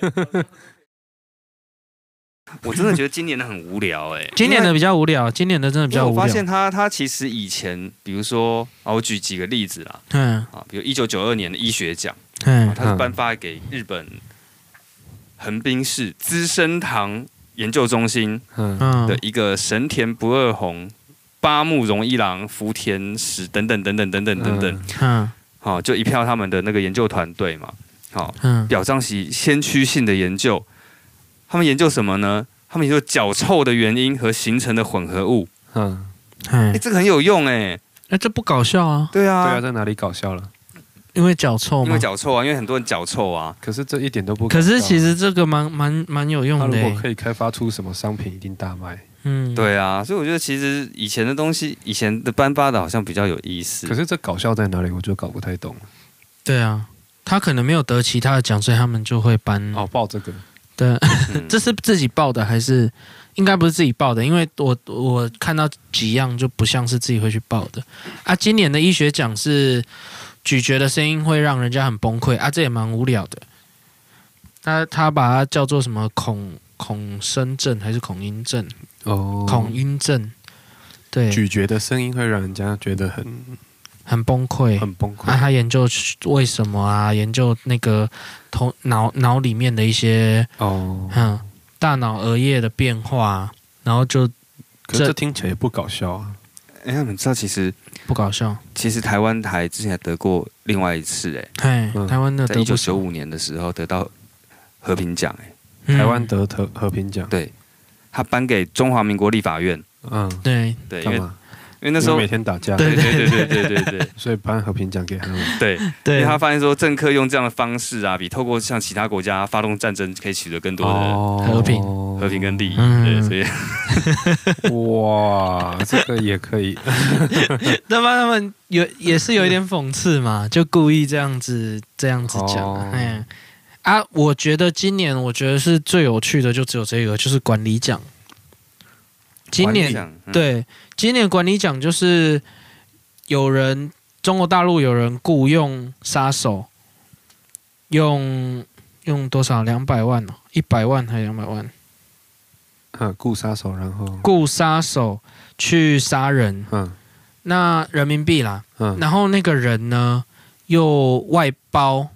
Speaker 2: 我真的觉得今年的很无聊哎、
Speaker 1: 今年的比较无聊，今年的真的
Speaker 2: 因为
Speaker 1: 比较
Speaker 2: 因为我
Speaker 1: 无
Speaker 2: 发
Speaker 1: 聊
Speaker 2: 现。他他其实以前，比如说啊，我举几个例子啦
Speaker 1: 嗯
Speaker 2: 啊，比如一九九二年的医学奖，啊
Speaker 1: 嗯
Speaker 2: 它是颁发给日本横滨市资生堂研究中心
Speaker 3: 嗯，
Speaker 2: 的
Speaker 1: 嗯，
Speaker 2: 一个神田不二雄、八木荣一郎、福田史等等等等等等等等，
Speaker 1: 嗯
Speaker 2: 好、就一票他们的那个研究团队嘛，啊好、
Speaker 1: 嗯，
Speaker 2: 表彰其先驱性的研究。他们研究什么呢？他们研究脚臭的原因和形成的混合物。
Speaker 3: 嗯，
Speaker 2: 哎、
Speaker 1: 哎，
Speaker 2: 这个很有用哎、
Speaker 1: 那这不搞笑啊？
Speaker 2: 对
Speaker 3: 对
Speaker 2: 啊，
Speaker 3: 啊，在哪里搞笑了？
Speaker 1: 因为脚臭
Speaker 2: 因
Speaker 1: 吗
Speaker 2: 为？脚臭啊，因为很多人脚臭啊。
Speaker 3: 可是这一点都不搞
Speaker 1: 可
Speaker 3: 笑。
Speaker 1: 是其实这个蛮蛮蛮有
Speaker 3: 他
Speaker 1: 用的
Speaker 3: 如
Speaker 1: 欸。
Speaker 3: 果可以开发出什么商品，一定大卖。
Speaker 1: 嗯，
Speaker 2: 对啊，所以我觉得其实以前的东西，以前的颁发的好像比较有意思。
Speaker 3: 可是这搞笑在哪里，我就搞不太懂。
Speaker 1: 对啊，他可能没有得其他的奖，所以他们就会颁。
Speaker 3: 哦，报这个，
Speaker 1: 对，
Speaker 2: 嗯
Speaker 1: 这是自己报的还是？应该不是自己报的，因为我我看到几样就不像是自己会去报的啊。今年的医学奖是咀嚼的声音会让人家很崩溃啊，这也蛮无聊的。他他把它叫做什么恐恐声症还是恐音症？
Speaker 3: 哦，
Speaker 1: 恐晕症，对，
Speaker 3: 咀嚼的声音会让人家觉得很
Speaker 1: 很崩溃。
Speaker 3: 很崩 溃
Speaker 1: 那、。他研究为什么啊？研究那个头脑脑里面的一些
Speaker 3: 哦，
Speaker 1: 嗯大脑额叶的变化，然后就
Speaker 3: 可是
Speaker 1: 这
Speaker 3: 这听起来也不搞笑啊。
Speaker 2: 哎、你们知道其实
Speaker 1: 不搞笑。
Speaker 2: 其实台湾台之前还得过另外一次哎、
Speaker 1: 嘿，
Speaker 3: 嗯
Speaker 1: 台湾的
Speaker 2: 在
Speaker 1: 德
Speaker 2: 一
Speaker 1: 不
Speaker 2: 九九五年的时候得到和平奖哎、
Speaker 1: 嗯
Speaker 3: 台湾得和和平奖，
Speaker 2: 对，他颁给中华民国立法院，
Speaker 3: 嗯，
Speaker 1: 对
Speaker 2: 对，因
Speaker 3: 干
Speaker 2: 为
Speaker 3: 嘛？
Speaker 2: 因为那
Speaker 3: 因
Speaker 2: 时
Speaker 3: 为
Speaker 2: 候
Speaker 3: 每天打架，
Speaker 1: 对
Speaker 2: 对对 对对对对对
Speaker 3: 所以颁和平奖给他们。
Speaker 2: 对，因
Speaker 1: 对
Speaker 2: 为他发现说政客用这样的方式啊，比透过像其他国家发动战争可以取得更多的
Speaker 1: 和平
Speaker 3: 哦
Speaker 2: 和平跟利益，
Speaker 1: 哦嗯
Speaker 2: 对，所以
Speaker 3: 哇，这个也可以，
Speaker 1: 那么他们有也是有一点讽刺
Speaker 2: 嗯
Speaker 1: 嘛，就故意这样子这样子
Speaker 3: 哦
Speaker 1: 讲。哎、啊，我觉得今年我觉得是最有趣的，就只有这个，就是管理奖。今
Speaker 2: 管理
Speaker 1: 年
Speaker 2: 奖嗯
Speaker 1: 对，今年管理奖就是有人中国大陆有人雇佣杀手，用用多少两百万哦，一百万还是两百万
Speaker 3: 嗯，雇杀手，然后，
Speaker 1: 雇杀手去杀人，
Speaker 3: 嗯
Speaker 1: 那人民币啦，
Speaker 3: 嗯，
Speaker 1: 然后那个人呢又外包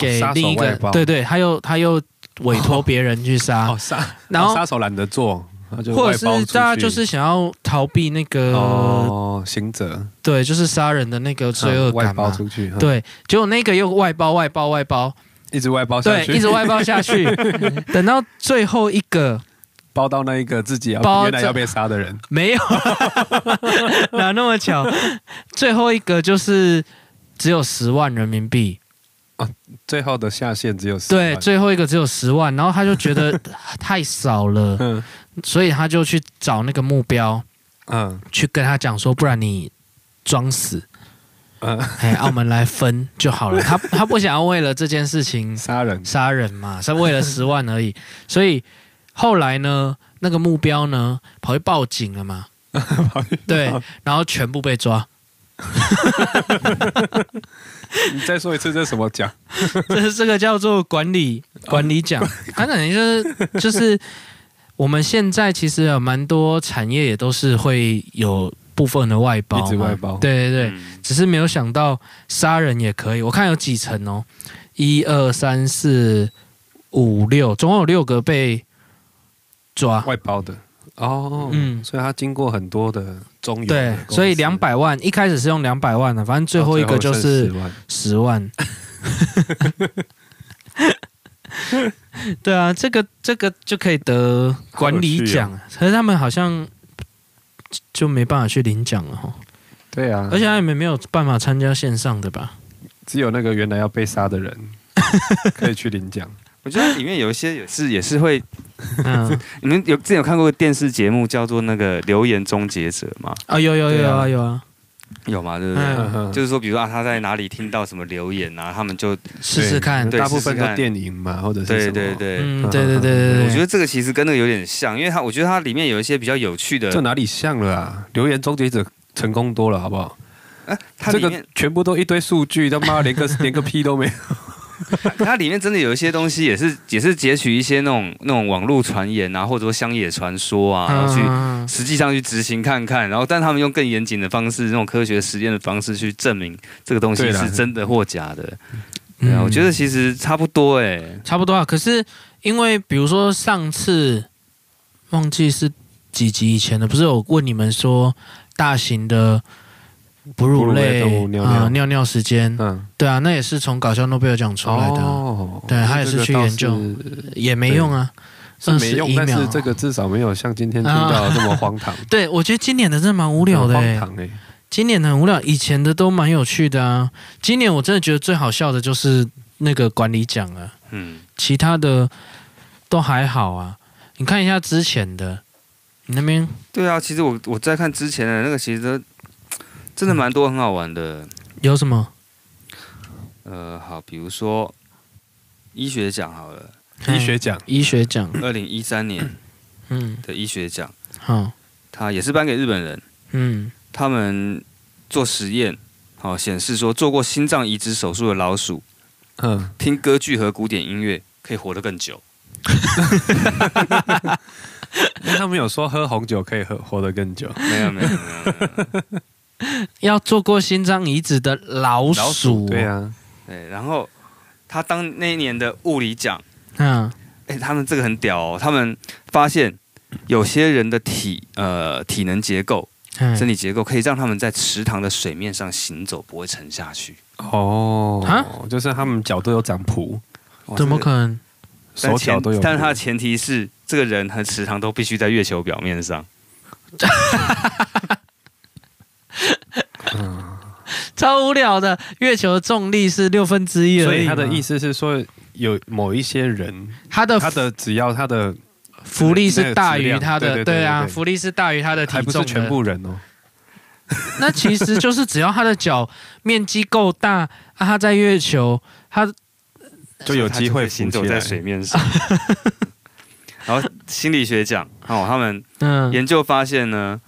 Speaker 1: 给
Speaker 3: 哦杀
Speaker 1: 另
Speaker 3: 手
Speaker 1: 一
Speaker 3: 外
Speaker 1: 个，
Speaker 3: 包，
Speaker 1: 对对，他又他又委托别人去杀，
Speaker 3: 哦杀，
Speaker 1: 然后
Speaker 3: 哦杀手懒得做，他就
Speaker 1: 或者
Speaker 3: 外包
Speaker 1: 是
Speaker 3: 出去
Speaker 1: 大家就是呃想要逃避那个、
Speaker 3: 哦行者
Speaker 1: 对，就是杀人的那个罪恶
Speaker 3: 嗯外
Speaker 1: 感
Speaker 3: 包
Speaker 1: 嘛。
Speaker 3: 出去，嗯，
Speaker 1: 对，结果那个又外包外包外包，
Speaker 3: 一直外包哦下
Speaker 1: 对，
Speaker 3: 去，
Speaker 1: 一直外包下去，等到最后一个
Speaker 3: 包到那一个自己要
Speaker 1: 包
Speaker 3: 原来
Speaker 1: 着
Speaker 3: 要被杀的人，
Speaker 1: 没有，哪那么巧？最后一个就是只有十万人民币，
Speaker 3: 最后的下限只有10
Speaker 1: 对，
Speaker 3: 万
Speaker 1: 最后一个只有十万，然后他就觉得 太少了，
Speaker 3: 嗯
Speaker 1: 所以他就去找那个目标，
Speaker 3: 嗯
Speaker 1: 去跟他讲说，不然你装死，
Speaker 3: 嗯，
Speaker 1: 哎，澳门来分就好了。他他不想要为了这件事情
Speaker 3: 杀人
Speaker 1: 杀人嘛，是为了十万而已。所以后来呢，那个目标呢跑去报警了嘛， 对，然后全部被抓。
Speaker 3: 你再说一次，这是什么奖？
Speaker 1: 这这个叫做管理
Speaker 3: 哦
Speaker 1: 管理奖，它等于就是就是我们现在其实有蛮多产业也都是会有部分的外包嘛，
Speaker 3: 一直外包
Speaker 1: 对对对，
Speaker 2: 嗯
Speaker 1: 只是没有想到杀人也可以。我看有几层哦，一二三四五六，总共有六个被抓。
Speaker 3: 外包的哦，
Speaker 1: 嗯
Speaker 3: 嗯，所以他经过很多的中游的
Speaker 1: 对
Speaker 3: 公，司，
Speaker 1: 所以两百万一开始是用两百万的，反正最后一个就
Speaker 3: 到最
Speaker 1: 是
Speaker 3: 后剩10万
Speaker 1: 十万。对啊，这个这个就可以得管理
Speaker 2: 哦
Speaker 1: 奖，可是他们好像就没办法去领奖了哈，
Speaker 3: 对
Speaker 2: 嗯
Speaker 3: 啊，
Speaker 1: 而且他们也没有办法参加线上的吧？
Speaker 3: 只有那个原来要被杀 的人可以去领奖，
Speaker 2: 我觉得里面有一些也是也是会，
Speaker 1: 嗯，
Speaker 2: 你们有之前有看过电视节目叫做那个《留言终结者》吗？
Speaker 1: 啊有 有有
Speaker 3: 对
Speaker 1: 有
Speaker 3: 啊
Speaker 1: 啊有啊，
Speaker 2: 有吗？对不对？
Speaker 1: 嗯
Speaker 2: 就是是说，比如说啊，他在哪里听到什么留言啊，他们就
Speaker 1: 试试看，
Speaker 2: 对
Speaker 3: 大部分
Speaker 2: 试试
Speaker 3: 都
Speaker 2: 看
Speaker 3: 电影嘛，或者是
Speaker 2: 对
Speaker 3: 什么
Speaker 2: 对，对。
Speaker 1: 嗯对对对对对，
Speaker 2: 我觉得这个其实跟那个有点像，因为它我觉得它里面有一些比较有趣的
Speaker 3: 这，哪里像了啊？留言终结者成功多了，好不好？
Speaker 2: 哎、它
Speaker 3: 这
Speaker 2: 里
Speaker 3: 个
Speaker 2: 面
Speaker 3: 全部都一堆数据，他妈连个 连个屁 都没有。
Speaker 2: 它里面真的有一些东西也是也是截取一些那种那种网络传言啊，或者说乡野传说啊，然后去
Speaker 1: 嗯
Speaker 2: 实际上去执行看看，然后但他们用更严谨的方式，那种科学实验的方式去证明这个东西
Speaker 3: 对啦
Speaker 2: 是真的或假的。对啊，我觉得其实差不多哎、
Speaker 1: 差不多啊。可是因为比如说上次忘记是几集以前的，不是有问你们说大型的哺乳类
Speaker 3: 哺乳类动物尿
Speaker 1: 啊
Speaker 3: 尿
Speaker 1: 尿尿时间，
Speaker 3: 嗯，
Speaker 1: 对啊，那也是从搞笑诺贝尔奖出来的啊、
Speaker 3: 哦
Speaker 1: 对他也是去研究也没用啊。
Speaker 3: 这个倒是是没用，
Speaker 1: 21
Speaker 3: 但
Speaker 1: 秒啊
Speaker 3: 是这个至少没有像今天听到的这么荒 唐，
Speaker 1: 对，我觉得今年的真的蛮无聊
Speaker 3: 很
Speaker 1: 的、
Speaker 3: 荒
Speaker 1: 欸，
Speaker 3: 唐哎。
Speaker 1: 今年很无聊，以前的都蛮有趣的啊。今年我真的觉得最好笑的就是那个管理奖啊了。
Speaker 2: 嗯，
Speaker 1: 其他的都还好啊。你看一下之前的，你那边
Speaker 2: 对啊，其实我我在看之前的那个，其实都真的蛮多很好玩的。
Speaker 1: 有什么？
Speaker 2: 呃，好，比如说医学奖好了，
Speaker 3: 医学奖
Speaker 1: 嗯医学奖，
Speaker 2: 二零一三年
Speaker 1: 嗯，
Speaker 2: 的医学奖，
Speaker 1: 好，
Speaker 2: 它也是颁给日本人，
Speaker 1: 嗯
Speaker 2: 他们做实验，好、显示说做过心脏移植手术的老鼠，
Speaker 3: 嗯，
Speaker 2: 听歌剧和古典音乐可以活得更久。
Speaker 3: 因为他们有说喝红酒可以喝活得更
Speaker 1: 哦
Speaker 3: 久，
Speaker 2: 没有没有没有没有。没有
Speaker 1: 要做过心脏移植的老
Speaker 2: 老
Speaker 1: 鼠，
Speaker 3: 对，啊，
Speaker 2: 对，然后他当那一年的物理奖，
Speaker 1: 嗯
Speaker 2: 哎，他们这个很屌哦，他们发现有些人的体呃体能结构、身
Speaker 1: 嗯，
Speaker 2: 体结构可以让他们在池塘的水面上行走，不会沉下去。
Speaker 3: 哦
Speaker 1: 啊，
Speaker 3: 就是他们脚都有长蹼，
Speaker 2: 哇
Speaker 1: 怎么可？能？
Speaker 2: 这个
Speaker 3: 手脚都有蹼，
Speaker 2: 但前但是它的前提是，这个人和池塘都必须在月球表面上。
Speaker 1: 超无聊的，月球的重力是六分之一而已嘛。
Speaker 3: 所以他的意思是说，有某一些人，
Speaker 1: 它的
Speaker 3: 他的只要他的
Speaker 1: 浮力是大于它
Speaker 3: 那
Speaker 1: 的，
Speaker 3: 个质量对对对
Speaker 1: 对啊，
Speaker 3: 对对
Speaker 1: 浮力是大于它的体
Speaker 3: 还不
Speaker 1: 重
Speaker 3: 是
Speaker 1: 的。
Speaker 3: 全部人哦，
Speaker 1: 那其实就是只要它的脚面积够大，啊，它在月球，它
Speaker 3: 就有机会浮
Speaker 2: 行
Speaker 3: 起
Speaker 2: 走
Speaker 3: 来
Speaker 2: 在。水面 上。然后心理学奖哦，他们
Speaker 1: 嗯，
Speaker 2: 研究发现呢，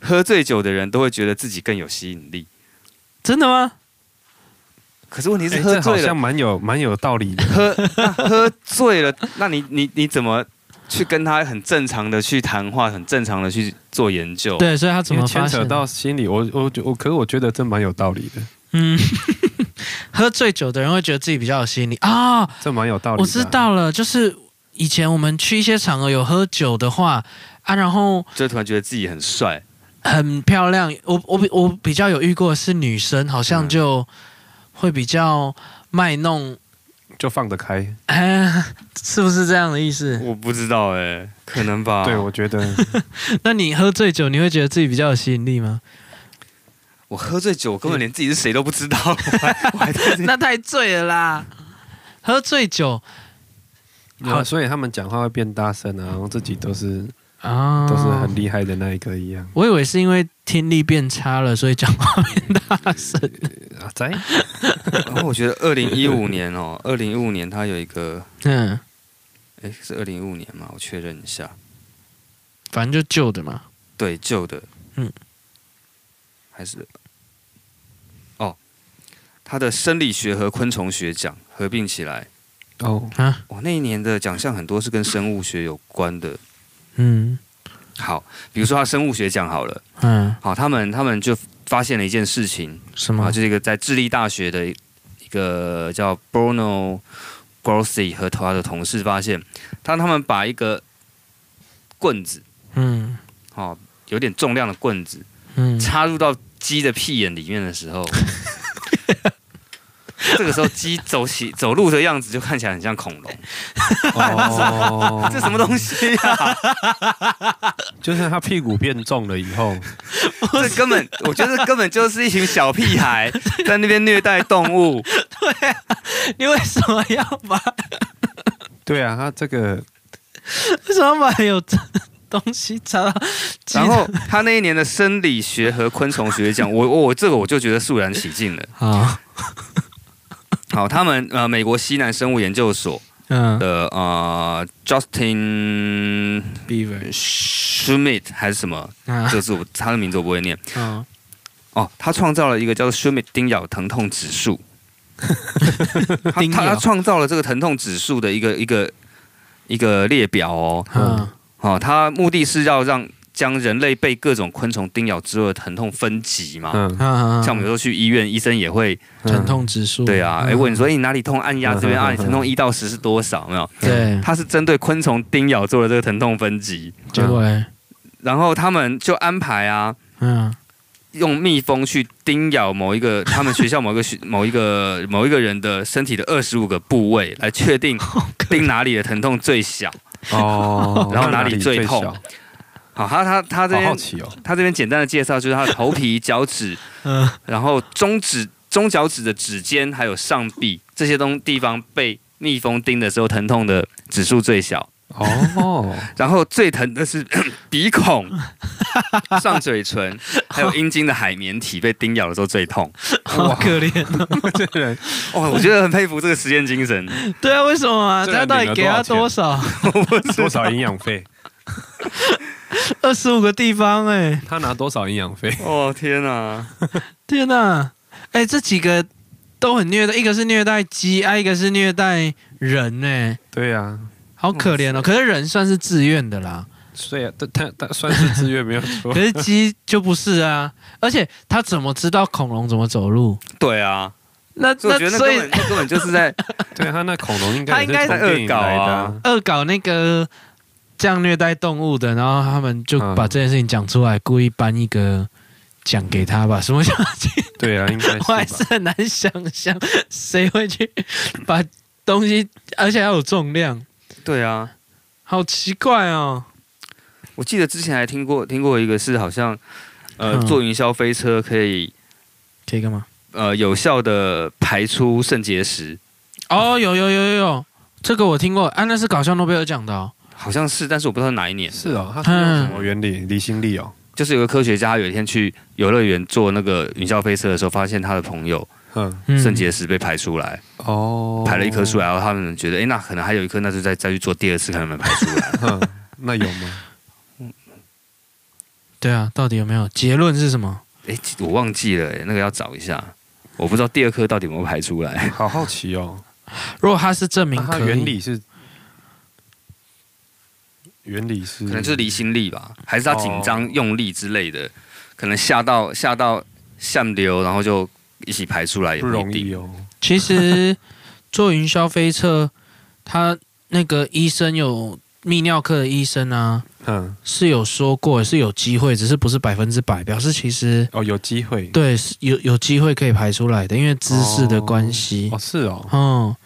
Speaker 2: 喝醉酒的人都会觉得自己更有吸引力。
Speaker 1: 真的吗？
Speaker 2: 可是问题
Speaker 3: 哎
Speaker 2: 是，喝
Speaker 3: 这好
Speaker 2: 醉了，
Speaker 3: 像蛮有蛮有道理的。
Speaker 2: 喝 那喝醉了，那你你你怎么去跟他很正常的去谈话，很正常的去做研究？，
Speaker 1: 对，所以他怎
Speaker 3: 因
Speaker 1: 么
Speaker 3: 为
Speaker 1: 发
Speaker 3: 牵
Speaker 1: 现
Speaker 3: 扯
Speaker 1: 的？
Speaker 3: 到心理，我我我，可是我觉得这蛮有道理的。
Speaker 1: 嗯， 喝醉酒的人会觉得自己比较有吸引力啊、
Speaker 3: 这蛮有道理的啊。
Speaker 1: 我知道了，就是以前我们去一些场合有喝酒的话啊，然后
Speaker 2: 就突然觉得自己很帅，
Speaker 1: 很漂亮。我我比我比较有遇过的是女生，好像
Speaker 2: 嗯
Speaker 1: 就会比较卖弄，
Speaker 3: 就放得开。
Speaker 1: 哎，是不是这样的意思？
Speaker 2: 我不知道哎、可能吧。
Speaker 3: 对，我觉 得
Speaker 1: 那你喝醉酒，你会觉得自己比较有吸引力吗？
Speaker 2: 我喝醉酒，我根本连自己是谁都不 知道，我还我还在那边
Speaker 1: 那太醉了啦！喝醉酒
Speaker 3: 好，所以他们讲话会变大声啊，然后自己都是
Speaker 1: 啊，
Speaker 3: 都是很厉害的那一个一样。
Speaker 1: 我以为是因为听力变差了，所以讲话变大声。
Speaker 3: 啊，在
Speaker 2: 然后我觉得二零一五年哦，二零一五年它有一个，
Speaker 1: 嗯，
Speaker 2: 哎，是二零一五年嘛？我确认一下，
Speaker 1: 反正就旧的嘛。
Speaker 2: 对，旧的，
Speaker 1: 嗯，
Speaker 2: 还是哦，它的生理学和昆虫学奖合并起来，
Speaker 3: 哦，
Speaker 1: 啊，
Speaker 2: 我那一年的奖项很多是跟生物学有关的。
Speaker 1: 嗯
Speaker 2: 好，比如说它生物学奖好了，
Speaker 1: 嗯，
Speaker 2: 好，他们他们就发现了一件事情，
Speaker 1: 什
Speaker 2: 啊，
Speaker 1: 么？
Speaker 2: 就是一个在智利大学的一一个叫 Bruno Grossi 和他的同事发现，当他们把一个棍子，
Speaker 1: 嗯
Speaker 2: 哦，有点重量的棍子
Speaker 1: 嗯，
Speaker 2: 插入到鸡的屁眼里面的时候， 这个时候鸡走起走路的样子就看起来很像恐龙，
Speaker 3: 哦
Speaker 2: 这什么东西啊呀、
Speaker 3: 就是他屁股变重了以后，
Speaker 2: 这根本我觉得根本就是一群小屁孩在那边虐待动物，
Speaker 1: 你为什么要把
Speaker 3: 对啊，他这个
Speaker 1: 为什么要把有这东西插到鸡
Speaker 2: 然后他那一年的生理学和昆虫学奖，我我我这个我就觉得肃然起敬了。
Speaker 1: 好，
Speaker 2: 好，他们呃美国西南生物研究所
Speaker 1: 嗯
Speaker 2: 的呃 Justin
Speaker 1: ，Beaver
Speaker 2: Schmidt 还是什么，
Speaker 1: 啊
Speaker 2: 这，个字我他的名字我不会念
Speaker 1: 嗯
Speaker 2: 哦，他创造了一个叫做 Schmidt 叮咬疼痛指 数，他他
Speaker 1: 叮咬
Speaker 2: 他创造了这个疼痛指数的一个一个一个列表哦，
Speaker 1: 嗯
Speaker 2: 哦，他目的是要让将人类被各种昆虫叮咬之后的疼痛分级嘛，
Speaker 3: 嗯，
Speaker 1: 嗯，
Speaker 2: 像我们有时候去医院，医生也会
Speaker 3: 嗯
Speaker 1: 疼痛指数，嗯
Speaker 2: 对啊，哎问你说，哎你哪里痛，按压这边
Speaker 3: 嗯
Speaker 2: 啊，你
Speaker 3: 嗯嗯
Speaker 2: 疼痛一到十是多少？有没有？
Speaker 1: 对，
Speaker 2: 它是针对昆虫叮咬做的这个疼痛分级，
Speaker 1: 结果嘞
Speaker 2: 然后他们就安排啊，
Speaker 1: 嗯
Speaker 2: 用蜜蜂去叮咬某一个他们学校某一个 学某一个某一个人的身体的二十五个部位，来确 定叮哪里的疼痛最小。
Speaker 3: 哦，
Speaker 2: 然后哪
Speaker 3: 那
Speaker 2: 里最痛
Speaker 3: 小
Speaker 2: 好，他他他这
Speaker 3: 好好
Speaker 2: 边
Speaker 3: 奇哦，
Speaker 2: 他这边简单的介绍就是他的头皮、脚趾，
Speaker 1: 嗯
Speaker 2: 然后中指、中脚趾的指尖还有上臂这些东地方被蜜蜂叮的时候，疼痛的指数最小。
Speaker 3: 哦，
Speaker 2: 然后最疼的是 鼻 孔、上嘴唇，还有阴茎的海绵体被叮咬的时候最痛。
Speaker 1: 好可怜，啊
Speaker 3: 这个人
Speaker 2: 哇，我觉得很佩服这个实验精神。
Speaker 1: 对啊，为什么啊？
Speaker 3: 这个
Speaker 1: 他到底给他多少？
Speaker 3: 多少营 养费？
Speaker 1: 二十五个地方哎，
Speaker 3: 他拿多少营养费？
Speaker 2: 哦天哪！
Speaker 1: 天哪，哎，这几个都很虐待，一个是虐待鸡，啊，一个是虐待人哎，
Speaker 3: 对啊，
Speaker 1: 好可怜哦。可是人算是自愿的啦。
Speaker 3: 所以啊他他他算是自愿没有 错
Speaker 1: 可，是鸡就不是啊，而且它怎么知道恐龙怎么走路？
Speaker 2: 对啊，
Speaker 1: 那
Speaker 2: 所以我觉得那
Speaker 1: 所
Speaker 2: 根
Speaker 1: 以
Speaker 2: 本那根本就是在
Speaker 3: 对啊他那恐龙应
Speaker 1: 他
Speaker 3: 该也
Speaker 1: 应该
Speaker 3: 是从电影来的啊，
Speaker 1: 恶搞那个这样虐待动物的，然后他们就把这件事情讲出来，故意颁一个奖给他吧？什么奖？
Speaker 3: 对啊，应该是
Speaker 1: 我还
Speaker 3: 吧
Speaker 1: 是很难想象谁会去把东西，而且还有重量，
Speaker 2: 对啊。
Speaker 1: 好奇怪哦。
Speaker 2: 我记得之前还听过听过一个是好像呃
Speaker 1: 嗯
Speaker 2: 坐云霄飞车可以
Speaker 1: 可以干嘛？
Speaker 2: 呃有效的排出肾结石，
Speaker 1: 哦，有有有有有，这个我听过，啊，那是搞笑诺贝尔奖的、哦。
Speaker 2: 好像是，但是我不知道哪一年。
Speaker 3: 是哦，他是用什么原理？离心力哦，
Speaker 2: 就是有个科学家有一天去游乐园坐那个云霄飞车的时候，发现他的朋友
Speaker 3: 嗯，
Speaker 1: 嗯
Speaker 2: 肾结石被排出来，
Speaker 3: 哦，
Speaker 2: 排了一啊颗出来，然后他们觉得，哎，那可能还有一颗，那就再再去做第二次，看能不能排出来。
Speaker 3: 嗯，那有吗？
Speaker 1: 对啊，到底有没有结论是什么？
Speaker 2: 哎，我忘记了，诶那个要找一下，我不知道第二颗到底有没有排出来。
Speaker 3: 好好奇哦，
Speaker 1: 如果他是证明
Speaker 3: 那它
Speaker 1: 可以，
Speaker 3: 啊原理是原理是
Speaker 2: 可能就是离心力吧，
Speaker 3: 嗯
Speaker 2: 还是他紧张用力之类的，可能吓到吓到吓流，然后就一起排出来也
Speaker 3: 不
Speaker 2: 不
Speaker 3: 容
Speaker 2: 一定。
Speaker 3: 易哦。
Speaker 1: 其实做云霄飞车，他那个医生有泌尿科的医生啊，
Speaker 3: 嗯，
Speaker 1: 是有说过是有机会，只是不是百分之百，表示其实
Speaker 3: 哦，有机会。
Speaker 1: 对是有有机会可以排出来的，因为姿势的关系
Speaker 3: 哦，。是哦，
Speaker 1: 哦，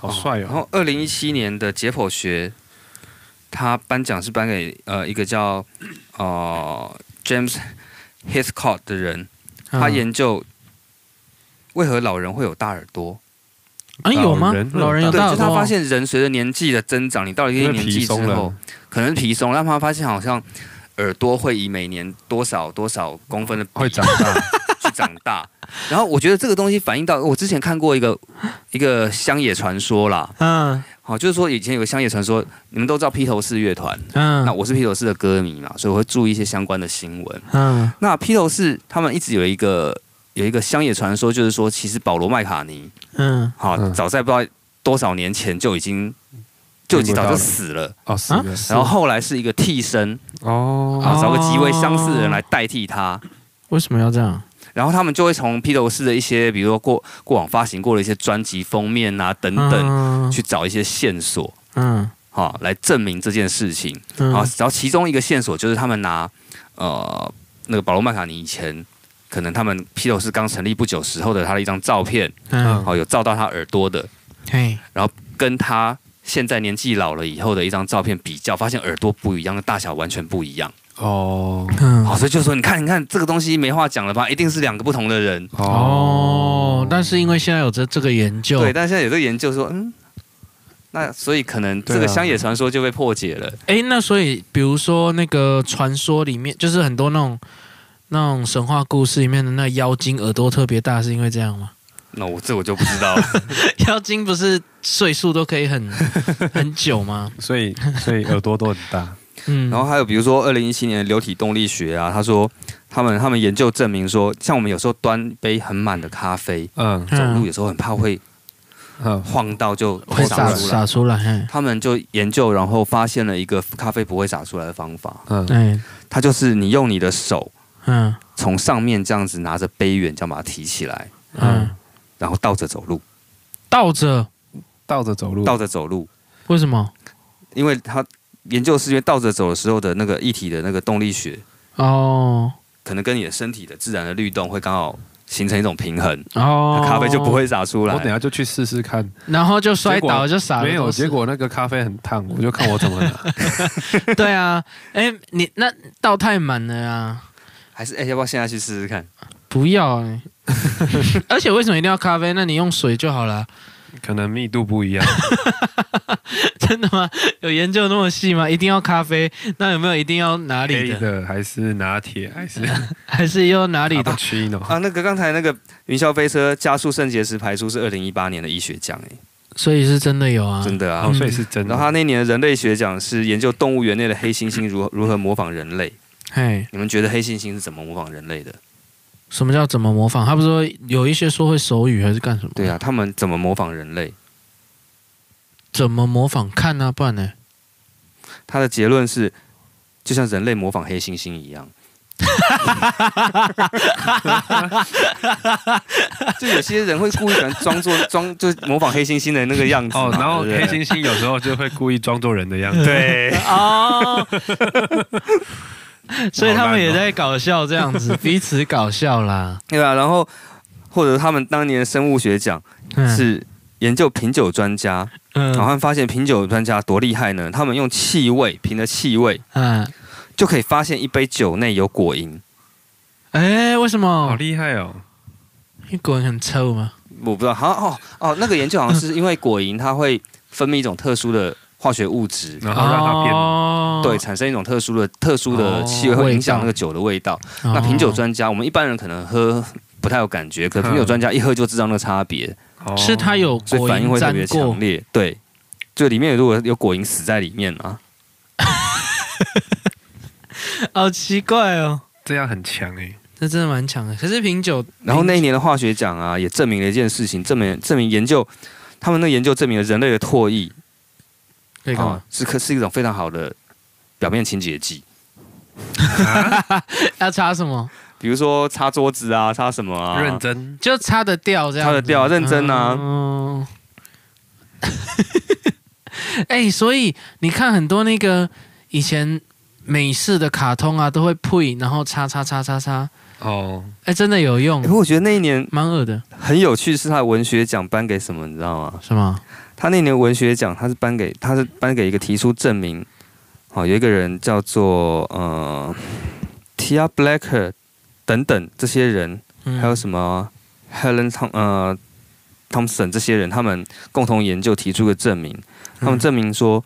Speaker 3: 好帅
Speaker 2: 然
Speaker 3: 哦。
Speaker 2: 后，二零一七年的解剖学，他颁奖是颁给呃一个叫呃 James Hitchcock 的人，
Speaker 1: 嗯
Speaker 2: 他研究为何老人会有大耳朵。
Speaker 1: 啊有吗
Speaker 3: 老人？
Speaker 1: 老人有
Speaker 2: 对，
Speaker 1: 大
Speaker 2: 就
Speaker 1: 耳
Speaker 2: 是
Speaker 1: 朵
Speaker 2: 他
Speaker 1: 哦，
Speaker 2: 发现人随着年纪的增长，你到了一
Speaker 3: 啊因
Speaker 2: 定
Speaker 3: 为
Speaker 2: 年
Speaker 3: 皮
Speaker 2: 纪之
Speaker 3: 松
Speaker 2: 后
Speaker 3: 了，，
Speaker 2: 可能是皮松，让他发现好像耳朵会以每年多少多少公分的
Speaker 3: 会长大。
Speaker 2: 去长大。然后我觉得这个东西反映到我之前看过一个一个乡野传说啦，
Speaker 1: 嗯
Speaker 2: 好，就是说以前有个乡野传说，你们都知道披头士乐团，那
Speaker 1: 嗯
Speaker 2: 我是披头士的歌迷嘛，所以我会注意一些相关的新闻。
Speaker 1: 嗯
Speaker 2: 那披头士他们一直有一个有一个乡野传说，就是说其实保罗麦卡尼，
Speaker 1: 嗯，
Speaker 2: 好，
Speaker 3: 嗯
Speaker 2: 早在不知道多少年前就已经就已经早就死了，
Speaker 3: 哦，是的。
Speaker 2: 啊然后后来是一个替身，
Speaker 3: 哦，
Speaker 2: 啊，找个极为相似的
Speaker 1: 哦
Speaker 2: 人来代替他。
Speaker 1: 为什么要这样？
Speaker 2: 然后他们就会从披头士的一些，比如说过过往发行过的一些专辑封面啊等等，
Speaker 1: 嗯
Speaker 2: 去找一些线索，
Speaker 1: 嗯
Speaker 2: 哈、来证明这件事情。
Speaker 1: 嗯
Speaker 2: 然后，然后其中一个线索就是他们拿呃那个保罗麦卡尼以前可能他们披头士刚成立不久时候的他的一张照片，
Speaker 1: 嗯，
Speaker 2: 哦，有照到他耳朵的，
Speaker 1: 嘿，
Speaker 2: 跟他现在年纪老了以后的一张照片比较，发现耳朵不一样，大小完全不一样。
Speaker 3: 哦，
Speaker 1: 嗯
Speaker 2: 好、所以就说你看，你看这个东西没话讲了吧？一定是两个不同的人。
Speaker 1: 哦，但是因为现在有这这个研究，
Speaker 2: 对，但现在有这个研究说，嗯，那所以可能这
Speaker 3: 对
Speaker 2: 个
Speaker 3: 啊
Speaker 2: 乡野传说就被破解了。
Speaker 1: 哎，那所以比如说那个传说里面，就是很多那种那种神话故事里面的那妖精耳朵特别大，是因为这样吗？
Speaker 2: 那我这我就不知道了。
Speaker 1: 妖精不是岁数都可以 很很久吗？
Speaker 3: 所以所以耳朵都很 大。
Speaker 1: 嗯，
Speaker 2: 然后还有比如说二零一七年的流体动力学啊，他说他们他们研究证明说，像我们有时候端一杯很满的咖啡，
Speaker 3: 嗯
Speaker 2: 走路
Speaker 1: 嗯
Speaker 2: 有时候很怕会
Speaker 3: 嗯，
Speaker 2: 晃到就
Speaker 1: 会
Speaker 2: 洒
Speaker 1: 洒
Speaker 2: 出来。
Speaker 1: 洒出来，嘿
Speaker 2: 他们就研究，然后发现了一个咖啡不会洒出来的方法，
Speaker 3: 嗯，
Speaker 1: 哎
Speaker 2: 它就是你用你的手
Speaker 1: 嗯
Speaker 2: 从上面这样子拿着杯缘，这样把它提起来，
Speaker 1: 嗯，
Speaker 2: 然后倒着走路，
Speaker 1: 倒着
Speaker 3: 倒着走路，
Speaker 2: 倒着走路，
Speaker 1: 为什么？
Speaker 2: 因为他研究是因为倒着走的时候的那个液体的那个动力学，
Speaker 1: 哦
Speaker 2: 可能跟你的身体的自然的律动会刚好形成一种平衡，
Speaker 1: 哦，
Speaker 2: 咖啡就不，会洒出
Speaker 3: 我
Speaker 2: 来。
Speaker 3: 等一下就去试试看。
Speaker 1: 然后就摔倒就洒了，
Speaker 3: 没有，
Speaker 1: 都是
Speaker 3: 结果那个咖啡很烫，我就看我怎么拿。
Speaker 1: 对啊，哎，你那倒太满了啊。
Speaker 2: 还是哎、要不要现在去试试看？
Speaker 1: 不要、欸， 而且为什么一定要咖啡？那你用水就好了。啊
Speaker 3: 可能密度不一 样，
Speaker 1: 真的吗？有研究那么细吗？一定要咖啡？那有没有一定要哪里
Speaker 3: 黑
Speaker 1: 的？
Speaker 3: 的还是拿铁 还是
Speaker 1: 还是要哪里的？
Speaker 3: 区呢？
Speaker 2: 啊，那个刚才那个云霄飞车加速肾结石排出是二零一八年的医学奖哎、
Speaker 1: 所以是真的有啊。
Speaker 2: 真的啊
Speaker 3: 哦，。所以是真的。
Speaker 2: 然后他那年的人类学奖是研究动物园内的黑猩猩如如何模仿人类。
Speaker 1: 嘿，
Speaker 2: 你们觉得黑猩猩是怎么模仿人类
Speaker 1: 嗯
Speaker 2: 的？
Speaker 1: 什么叫怎么模仿？他不是说有一些说会手语还是干什么？
Speaker 2: 对，啊，他们怎么模仿人类？
Speaker 1: 怎么模仿？看啊，不然呢？
Speaker 2: 他的结论是，就像人类模仿黑猩猩一样。 就有些人会故意喜欢装作 装，就是模仿黑猩猩的那个样子嘛。
Speaker 3: 哦，然后
Speaker 2: 对
Speaker 3: 黑
Speaker 2: 不对
Speaker 3: 猩猩有时候就会故意装作人的样子。
Speaker 2: 对，啊
Speaker 1: 哦， 所以他们也在搞笑这样
Speaker 2: 哦
Speaker 1: 子，彼此搞笑啦。
Speaker 2: 对啊，然后或者他们当年的生物学奖
Speaker 1: 嗯，
Speaker 2: 是啊研究品酒专家，然后他
Speaker 1: 嗯
Speaker 2: 们发现品酒专家多厉害呢？他们用气味，凭着气味
Speaker 1: 嗯，
Speaker 2: 就可以发现一杯酒内有果蝇。
Speaker 1: 哎，为什
Speaker 3: 好
Speaker 1: 么？
Speaker 3: 厉害哦！
Speaker 1: 你果然很臭吗？
Speaker 2: 我不知道，好像哦哦，那个研究好像是因为果蝇它会分泌一种特殊的化学物质，
Speaker 3: 然后让他变，
Speaker 1: 哦
Speaker 2: 对，产生一种特殊的特殊的气味，
Speaker 1: 哦
Speaker 2: 会影响
Speaker 1: 味道哦
Speaker 2: 那个酒的味道。那品酒专家，我们一般人可能喝不太有感觉，可
Speaker 1: 嗯
Speaker 2: 品酒专家一喝就知道那个差别，
Speaker 3: 哦
Speaker 1: 是他有
Speaker 2: 所以
Speaker 1: 果
Speaker 2: 反应
Speaker 1: 蝇
Speaker 2: 会特
Speaker 1: 沾
Speaker 2: 别
Speaker 1: 过
Speaker 2: 强，烈。对，就里面如果有果蝇死在里面啊，
Speaker 1: 好奇怪哦，
Speaker 3: 这样很强哎。
Speaker 1: 这真的蛮强的。可是品酒，
Speaker 2: 然后那一年的化学奖啊，也证明了一件事情，证明证明研究，他们那研究证明了人类的唾液
Speaker 1: 可以干嘛
Speaker 2: 啊？是可是一种非常好的表面清洁剂。
Speaker 1: 要擦什么？
Speaker 2: 比比如说擦桌子啊，擦什么啊，
Speaker 3: 认真，
Speaker 1: 就擦得掉这样子，
Speaker 2: 擦得掉认真啊
Speaker 1: 嗯， 哎、所以你看很多那个以前美式的卡通啊，都会配，然后擦擦擦擦擦，
Speaker 3: 哦，
Speaker 1: 哎、真的有用
Speaker 2: 欸不，过我觉得那一年
Speaker 1: 蛮恶的，
Speaker 2: 很有趣，是他的文学奖颁给什么，你知道吗？
Speaker 1: 是吗？
Speaker 2: 他那年文学奖，他是颁给他是颁给一个提出证明，哦，有一个人叫做呃 Tia Blacker 等等这些人，
Speaker 1: 嗯
Speaker 2: 还有什么 Helen Tom 呃 Thompson 这些人，他们共同研究提出个证明，他们证明说，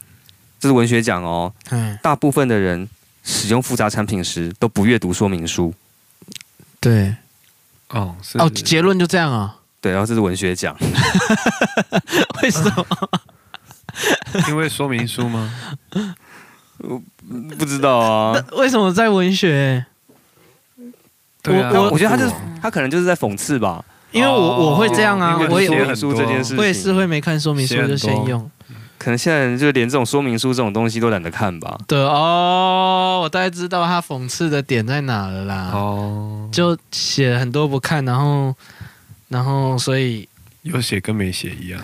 Speaker 2: 这是文学奖哦，
Speaker 1: 嗯，
Speaker 2: 大部分的人使用复杂产品时都不阅读说明书，
Speaker 1: 对，
Speaker 3: 哦，是
Speaker 1: 哦，结论就这样啊、
Speaker 2: 对，然后这是文学奖，
Speaker 1: 为什么？
Speaker 3: 因为说明书吗？
Speaker 2: 不知道啊，
Speaker 1: 那为什么在文学？
Speaker 3: 对啊，
Speaker 1: 我
Speaker 2: 我觉得他就是他可能就是在讽刺吧，
Speaker 1: 因为我、
Speaker 3: 哦
Speaker 1: 我会这样啊，
Speaker 3: 因为
Speaker 1: 我
Speaker 3: 你写
Speaker 1: 也
Speaker 2: 说
Speaker 3: 很
Speaker 2: 明书这件事情，
Speaker 1: 我也是会没看说明书
Speaker 3: 写
Speaker 1: 就
Speaker 3: 很多
Speaker 1: 先用。
Speaker 2: 可能现在人就连这种说明书这种东西都懒得看吧。
Speaker 1: 对哦，我大概知道他讽刺的点在哪了啦。
Speaker 3: 哦，
Speaker 1: 就写很多不看，然后然后所以
Speaker 3: 有写跟没写一样。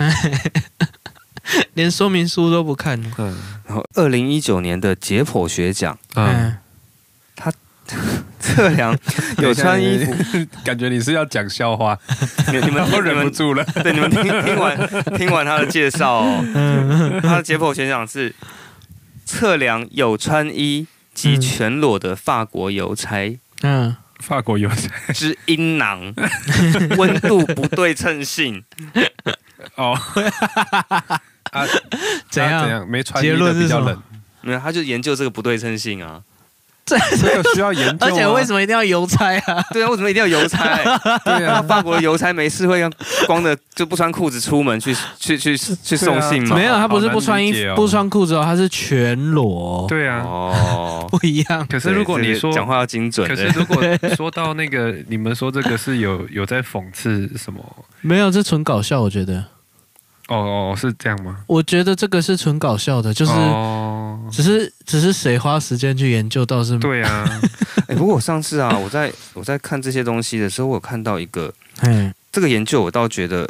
Speaker 1: 连说明书都不看。
Speaker 3: 嗯
Speaker 2: 然后，二零一九年的解剖学 奖
Speaker 3: 嗯，
Speaker 1: 嗯，
Speaker 2: 测量 有穿衣服，
Speaker 3: 服，感觉你是要讲笑 话，
Speaker 2: 你你们
Speaker 3: 然后
Speaker 2: 你
Speaker 3: 忍不
Speaker 2: 们
Speaker 3: 住了。
Speaker 2: 对你们听听完听完他的介绍、哦， 他的解剖学奖是测量有穿衣及全裸的法国邮差
Speaker 1: 嗯，
Speaker 3: 法国有
Speaker 2: 之阴 囊温度不对称性，
Speaker 3: 哦， 啊，
Speaker 1: 怎
Speaker 3: 啊
Speaker 1: 样
Speaker 3: 怎样？没穿衣
Speaker 1: 结论
Speaker 3: 的
Speaker 1: 是
Speaker 3: 比较
Speaker 1: 什么
Speaker 3: 冷，
Speaker 2: 没有，他就研究这个不对称性啊。
Speaker 3: 这个需要研 究。啊
Speaker 1: 而且为什
Speaker 3: 么？
Speaker 1: 么一定要邮差啊？
Speaker 2: 对啊，为什么一定要邮差？
Speaker 3: 对
Speaker 2: 那
Speaker 3: 啊，
Speaker 2: 法国的邮差没事会让光着就不穿裤子出门去 去去
Speaker 3: 啊
Speaker 2: 去送信 吗？
Speaker 1: 没有，他不是
Speaker 3: 好难
Speaker 1: 不穿衣
Speaker 3: 理解
Speaker 1: 服、
Speaker 3: 哦
Speaker 1: 不穿裤子哦，他是全裸，
Speaker 3: 对啊。
Speaker 2: 哦。
Speaker 1: 不一样。
Speaker 3: 可是如果
Speaker 2: 对
Speaker 3: 你
Speaker 2: 这个
Speaker 3: 说
Speaker 2: 讲话要精准，欸
Speaker 3: 可是
Speaker 1: 欸
Speaker 3: 如果 说到那个，你们说这个是有有在讽刺什么？
Speaker 1: 没有，这纯搞笑，我觉得。
Speaker 3: 哦哦，是这样吗？
Speaker 1: 我觉得这个是纯搞笑的，就是、
Speaker 3: 哦，
Speaker 1: 只是只是谁花时间去研究倒是
Speaker 3: 对啊，
Speaker 2: 哎、不过我上次啊，我在我在看这些东西的时候，我有看到一个
Speaker 1: 嗯
Speaker 2: 这个研究，我倒觉得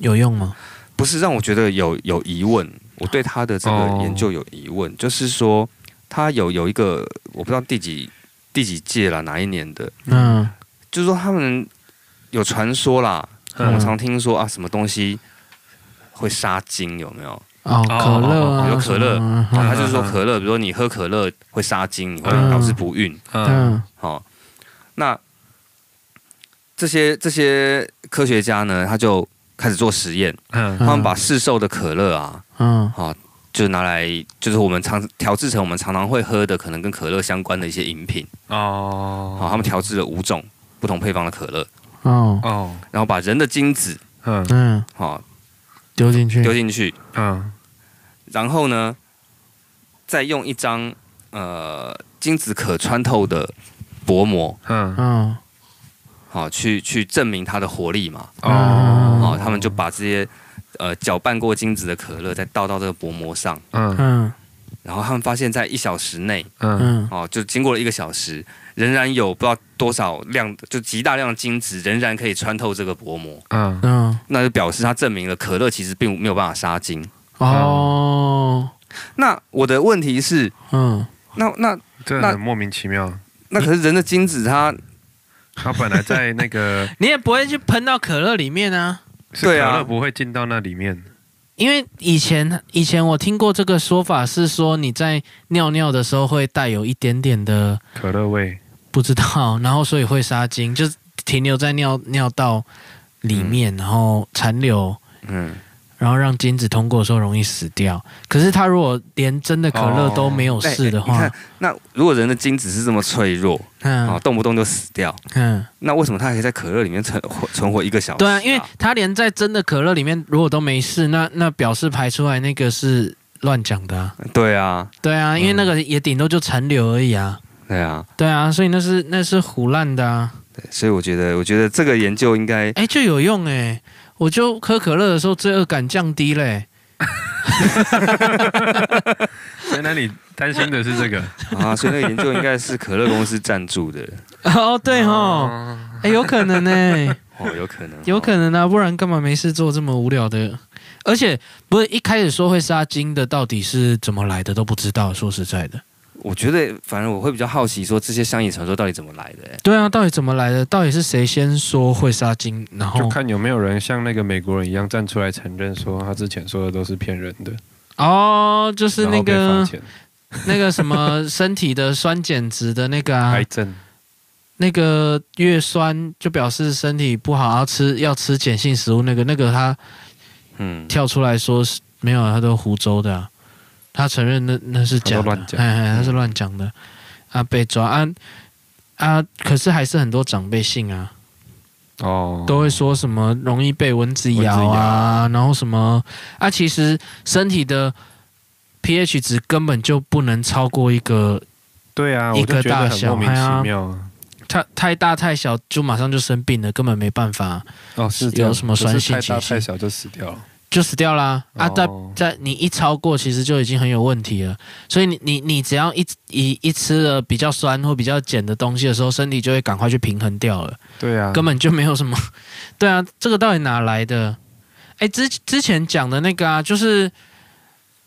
Speaker 1: 有用吗？
Speaker 2: 不是让我觉得有有疑问，我对他的这个
Speaker 3: 哦
Speaker 2: 研究有疑问，就是说他有有一个我不知道第几第几届了，哪一年的，
Speaker 1: 嗯
Speaker 2: 就是说他们有传说啦，
Speaker 1: 嗯
Speaker 2: 我常听说啊，什么东西会杀精，有没有？
Speaker 1: 哦，
Speaker 3: 哦
Speaker 1: 可乐
Speaker 2: 哦
Speaker 1: 啊，
Speaker 2: 有可乐
Speaker 1: 什么啊
Speaker 2: 哦
Speaker 3: 嗯
Speaker 2: 他就是说可乐，比如说你喝可乐会杀精，你会
Speaker 3: 嗯
Speaker 2: 导致不孕。
Speaker 3: 嗯
Speaker 1: 嗯
Speaker 2: 好、哦，那这些这些科学家呢，他就开始做实验，
Speaker 3: 嗯
Speaker 2: 他们把市售的可乐啊，
Speaker 1: 嗯
Speaker 2: 哦，就拿来就是我们常调制成我们常常会喝的，可能跟可乐相关的一些饮品。好、
Speaker 3: 哦
Speaker 2: 哦，他们调制了五种不同配方的可乐，
Speaker 1: 哦
Speaker 3: 哦
Speaker 2: 然后把人的精子
Speaker 3: 嗯
Speaker 1: 嗯
Speaker 2: 哦
Speaker 1: 丢进去
Speaker 2: 丢进去，
Speaker 3: 嗯
Speaker 2: 然后呢，再用一张呃精子可穿透的薄膜，
Speaker 3: 嗯
Speaker 1: 嗯
Speaker 2: 好、去去证明它的活力嘛。
Speaker 1: 哦
Speaker 2: 哦，他们就把这些呃搅拌过精子的可乐再倒到这个薄膜上，
Speaker 3: 嗯
Speaker 1: 嗯
Speaker 2: 然后他们发现，在一小时内，
Speaker 3: 嗯
Speaker 1: 嗯
Speaker 2: 哦，就经过了一个小时，仍然有不知道多少量，就极大量的精子仍然可以穿透这个薄膜，
Speaker 3: 嗯
Speaker 1: 嗯
Speaker 2: 那就表示它证明了可乐其实并没有办法杀精。
Speaker 1: 哦
Speaker 2: 那我的问题是，
Speaker 1: 嗯
Speaker 2: 那那
Speaker 3: 这
Speaker 2: 那
Speaker 3: 很莫名其妙。
Speaker 2: 那可是人的精子它
Speaker 3: 他本来在 那个
Speaker 1: 你也不会去喷到可乐里面啊，
Speaker 3: 是可
Speaker 2: 对啊
Speaker 3: 乐不会进到那里面，
Speaker 1: 因为以前以前我听过这个说法是说你在尿尿的时候会带有一点点的
Speaker 3: 可乐味。
Speaker 1: 不知道，然后所以会杀精，就是停留在尿尿道里面，然后残留。
Speaker 2: 嗯，
Speaker 1: 然后让精子通过的时候容易死掉。可是他如果连真的可乐都没有
Speaker 2: 哎
Speaker 1: 试的
Speaker 2: 你
Speaker 1: 话，
Speaker 2: 看，那如果人的精子是这么脆弱啊、
Speaker 1: 嗯
Speaker 2: 动不动就死掉，
Speaker 1: 嗯，
Speaker 2: 那为什么它还可以在可乐里面存活存活一个小时、
Speaker 1: 对啊，因为他连在真的可乐里面如果都没试，那那表示排出来那个是乱讲的、啊。
Speaker 2: 对啊，
Speaker 1: 对啊，因为那个也顶多就残留而已啊。
Speaker 2: 对啊，
Speaker 1: 对啊，所以那是那是胡乱的啊。
Speaker 2: 所以我觉得，我觉得这个研究应该
Speaker 1: 哎，就有用哎、我就喝可乐的时候罪恶感降低嘞、
Speaker 3: 原来你担心的是这个，
Speaker 2: 啊，所以那个研究应该是可乐公司赞助的。
Speaker 1: 哦，对哦，
Speaker 3: 啊
Speaker 1: 哎，有可能 呢，
Speaker 2: 哦，有可能，
Speaker 1: 有可能啊，不然干嘛没事做这么无聊的？而且不是一开始说会杀精的，到底是怎么来的都不知道。说实在的，
Speaker 2: 我觉得，反正我会比较好奇，说这些乡野传说到底怎么来的、欸？
Speaker 1: 对啊，到底怎么来的？到底是谁先说会杀精，然
Speaker 3: 就
Speaker 1: 后
Speaker 3: 看有没有人像那个美国人一样站出来承认说他之前说的都是骗人的，
Speaker 1: 哦，就是
Speaker 3: 然
Speaker 1: 那
Speaker 3: 后被
Speaker 1: 个
Speaker 3: 罚钱、
Speaker 1: 那个什 么身体的酸碱值的那个啊
Speaker 3: 癌，症。
Speaker 1: 那个越酸就表示身体不好，要吃要吃碱性食物。那个那个他
Speaker 2: 嗯，
Speaker 1: 跳出来说是没有啊，他都湖州的啊、他承认那那是假的，
Speaker 3: 他都乱讲嗯
Speaker 1: 哎哎，他是乱讲的啊，被抓啊啊！可是还是很多长辈信啊，
Speaker 3: 哦，
Speaker 1: 都会说什么容易被蚊子
Speaker 3: 蚊
Speaker 1: 咬
Speaker 3: 子咬
Speaker 1: 啊，然后什么啊，其实身体的 pH 值根本就不能超过一个，
Speaker 3: 对啊，
Speaker 1: 一
Speaker 3: 我
Speaker 1: 个
Speaker 3: 就觉
Speaker 1: 大
Speaker 3: 得很
Speaker 1: 小
Speaker 3: 莫名
Speaker 1: 哎呀
Speaker 3: 其妙啊。
Speaker 1: 太太大太小就马上就生病了，根本没办法、
Speaker 3: 哦，是这样
Speaker 1: 有什么酸性
Speaker 3: 可是太大
Speaker 1: 碱性
Speaker 3: 太小就死掉了
Speaker 1: 就死掉啦、啊！在
Speaker 3: 哦
Speaker 1: 在你一超过，其实就已经很有问题了。所以你你你只要一一一吃了比较酸或比较碱的东西的时候，身体就会赶快去平衡掉了，
Speaker 3: 对啊，
Speaker 1: 根本就没有什么。 对啊，这个到底哪来的？哎，之之前讲的那个啊，就是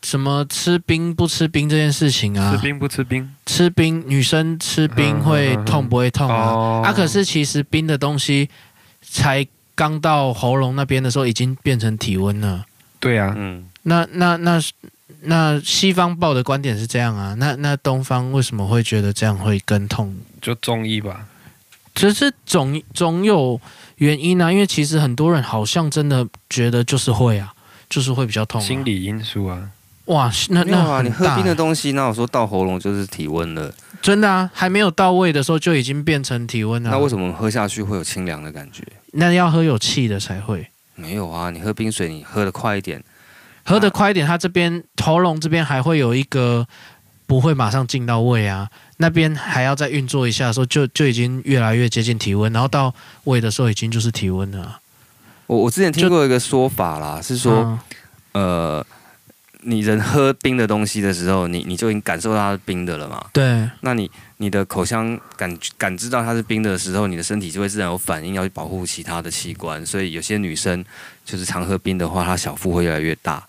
Speaker 1: 什么吃冰不吃冰这件事情啊，
Speaker 3: 吃冰不吃冰
Speaker 1: 吃冰女生吃冰会
Speaker 3: 嗯嗯嗯嗯
Speaker 1: 痛不会痛啊？
Speaker 3: 哦
Speaker 1: 啊，可是其实冰的东西才刚到喉咙那边的时候，已经变成体温了。
Speaker 3: 对啊，
Speaker 2: 嗯，
Speaker 1: 那那那那西方报的观点是这样啊，那那东方为什么会觉得这样会更痛？
Speaker 3: 就中医吧。
Speaker 1: 只是总总有原因啊，因为其实很多人好像真的觉得就是会啊，就是会比较痛、啊。
Speaker 3: 心理因素啊，
Speaker 1: 哇，那
Speaker 2: 没有
Speaker 1: 那
Speaker 2: 啊，你
Speaker 1: 很
Speaker 2: 喝
Speaker 1: 大
Speaker 2: 冰
Speaker 1: 欸、
Speaker 2: 的东西，那我说到喉咙就是体温了，
Speaker 1: 真的啊，还没有到位的时候就已经变成体温了、啊
Speaker 2: 那为什么喝下去会有清凉的感觉？
Speaker 1: 那要喝有气的才会，
Speaker 2: 没有啊，你喝冰水，你喝的快一点，
Speaker 1: 喝得快一点，它这边喉咙这边还会有一个不会马上进到胃啊，那边还要再运作一下的时候，就就已经越来越接近体温，然后到胃的时候已经就是体温了啊。
Speaker 2: 我我之前听过一个说法啦，是说、
Speaker 1: 嗯
Speaker 2: 呃，你人喝冰的东西的时候，你你就已经感受到它是冰的了嘛。
Speaker 1: 对，
Speaker 2: 那你你的口腔感感知到它是冰的时候，你的身体就会自然有反应，要去保护其他的器官。所以有些女生就是常喝冰的话，她小腹会越来越大，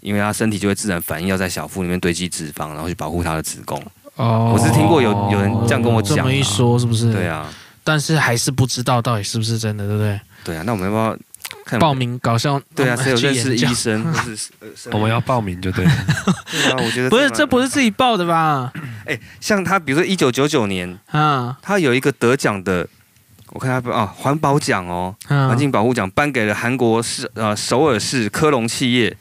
Speaker 2: 因为她身体就会自然反应要在小腹里面堆积脂肪，然后去保护她的子宫。
Speaker 1: 哦
Speaker 2: 我是听过有有人这样跟我讲啊
Speaker 1: 这么一说，是不是？
Speaker 2: 对。啊，
Speaker 1: 但是还是不知道到底是不是真的，对不对？
Speaker 2: 对啊，那我们要不要看有没有
Speaker 1: 报？名搞笑，
Speaker 2: 嗯对啊，
Speaker 1: 嗯
Speaker 2: 谁 有
Speaker 1: 去
Speaker 2: 认识
Speaker 1: 演讲
Speaker 2: 医生 或是呃生
Speaker 3: 我们要报名就对了。
Speaker 2: 对啊？我觉得
Speaker 1: 不是，
Speaker 2: 蛮
Speaker 1: 这不是自己报的 吧？
Speaker 2: 像他，比如说一九九九年，
Speaker 1: 啊，
Speaker 2: 他有一个得奖的，我看他啊，环保奖哦，
Speaker 1: 嗯
Speaker 2: 环境保护奖颁给了韩国市呃首尔市科隆企业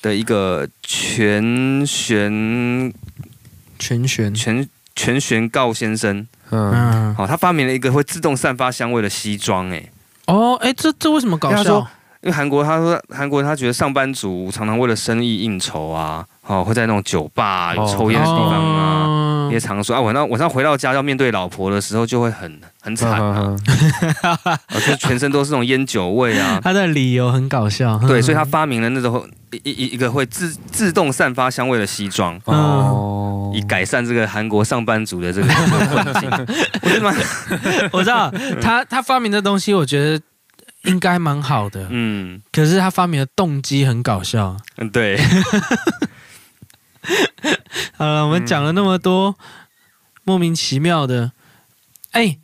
Speaker 2: 的一个全旋
Speaker 1: 全旋，
Speaker 2: 全全旋告先生，
Speaker 3: 嗯，
Speaker 1: 嗯，
Speaker 2: 哦，他发明了一个会自动散发香味的西装，哎，
Speaker 1: 哦，哎，这这为什么搞
Speaker 2: 他
Speaker 1: 笑
Speaker 2: 说？因为韩国他说韩国他觉得上班族常常为了生意应酬啊，哦，会在那种酒吧、啊、有
Speaker 3: 哦
Speaker 2: 抽烟的地方啊。
Speaker 1: 哦。
Speaker 2: 也常说啊，晚上晚上回到家要面对老婆的时候，就会很很惨啊、啊，就是全身都是那种烟酒味 啊
Speaker 1: 他的理由很搞笑。
Speaker 3: 嗯
Speaker 2: 对，所以他发明了那种一一一个会自自动散发香味的西装，
Speaker 1: 嗯
Speaker 3: 哦
Speaker 2: 以改善这个韩国上班族的这个困 境。我觉得蛮，
Speaker 1: 我知道他他发明的东西，我觉得应该蛮好的，
Speaker 2: 嗯
Speaker 1: 可是他发明的动机很搞笑。
Speaker 2: 嗯，对，
Speaker 1: 好了，我们讲了那么多莫名其妙的，哎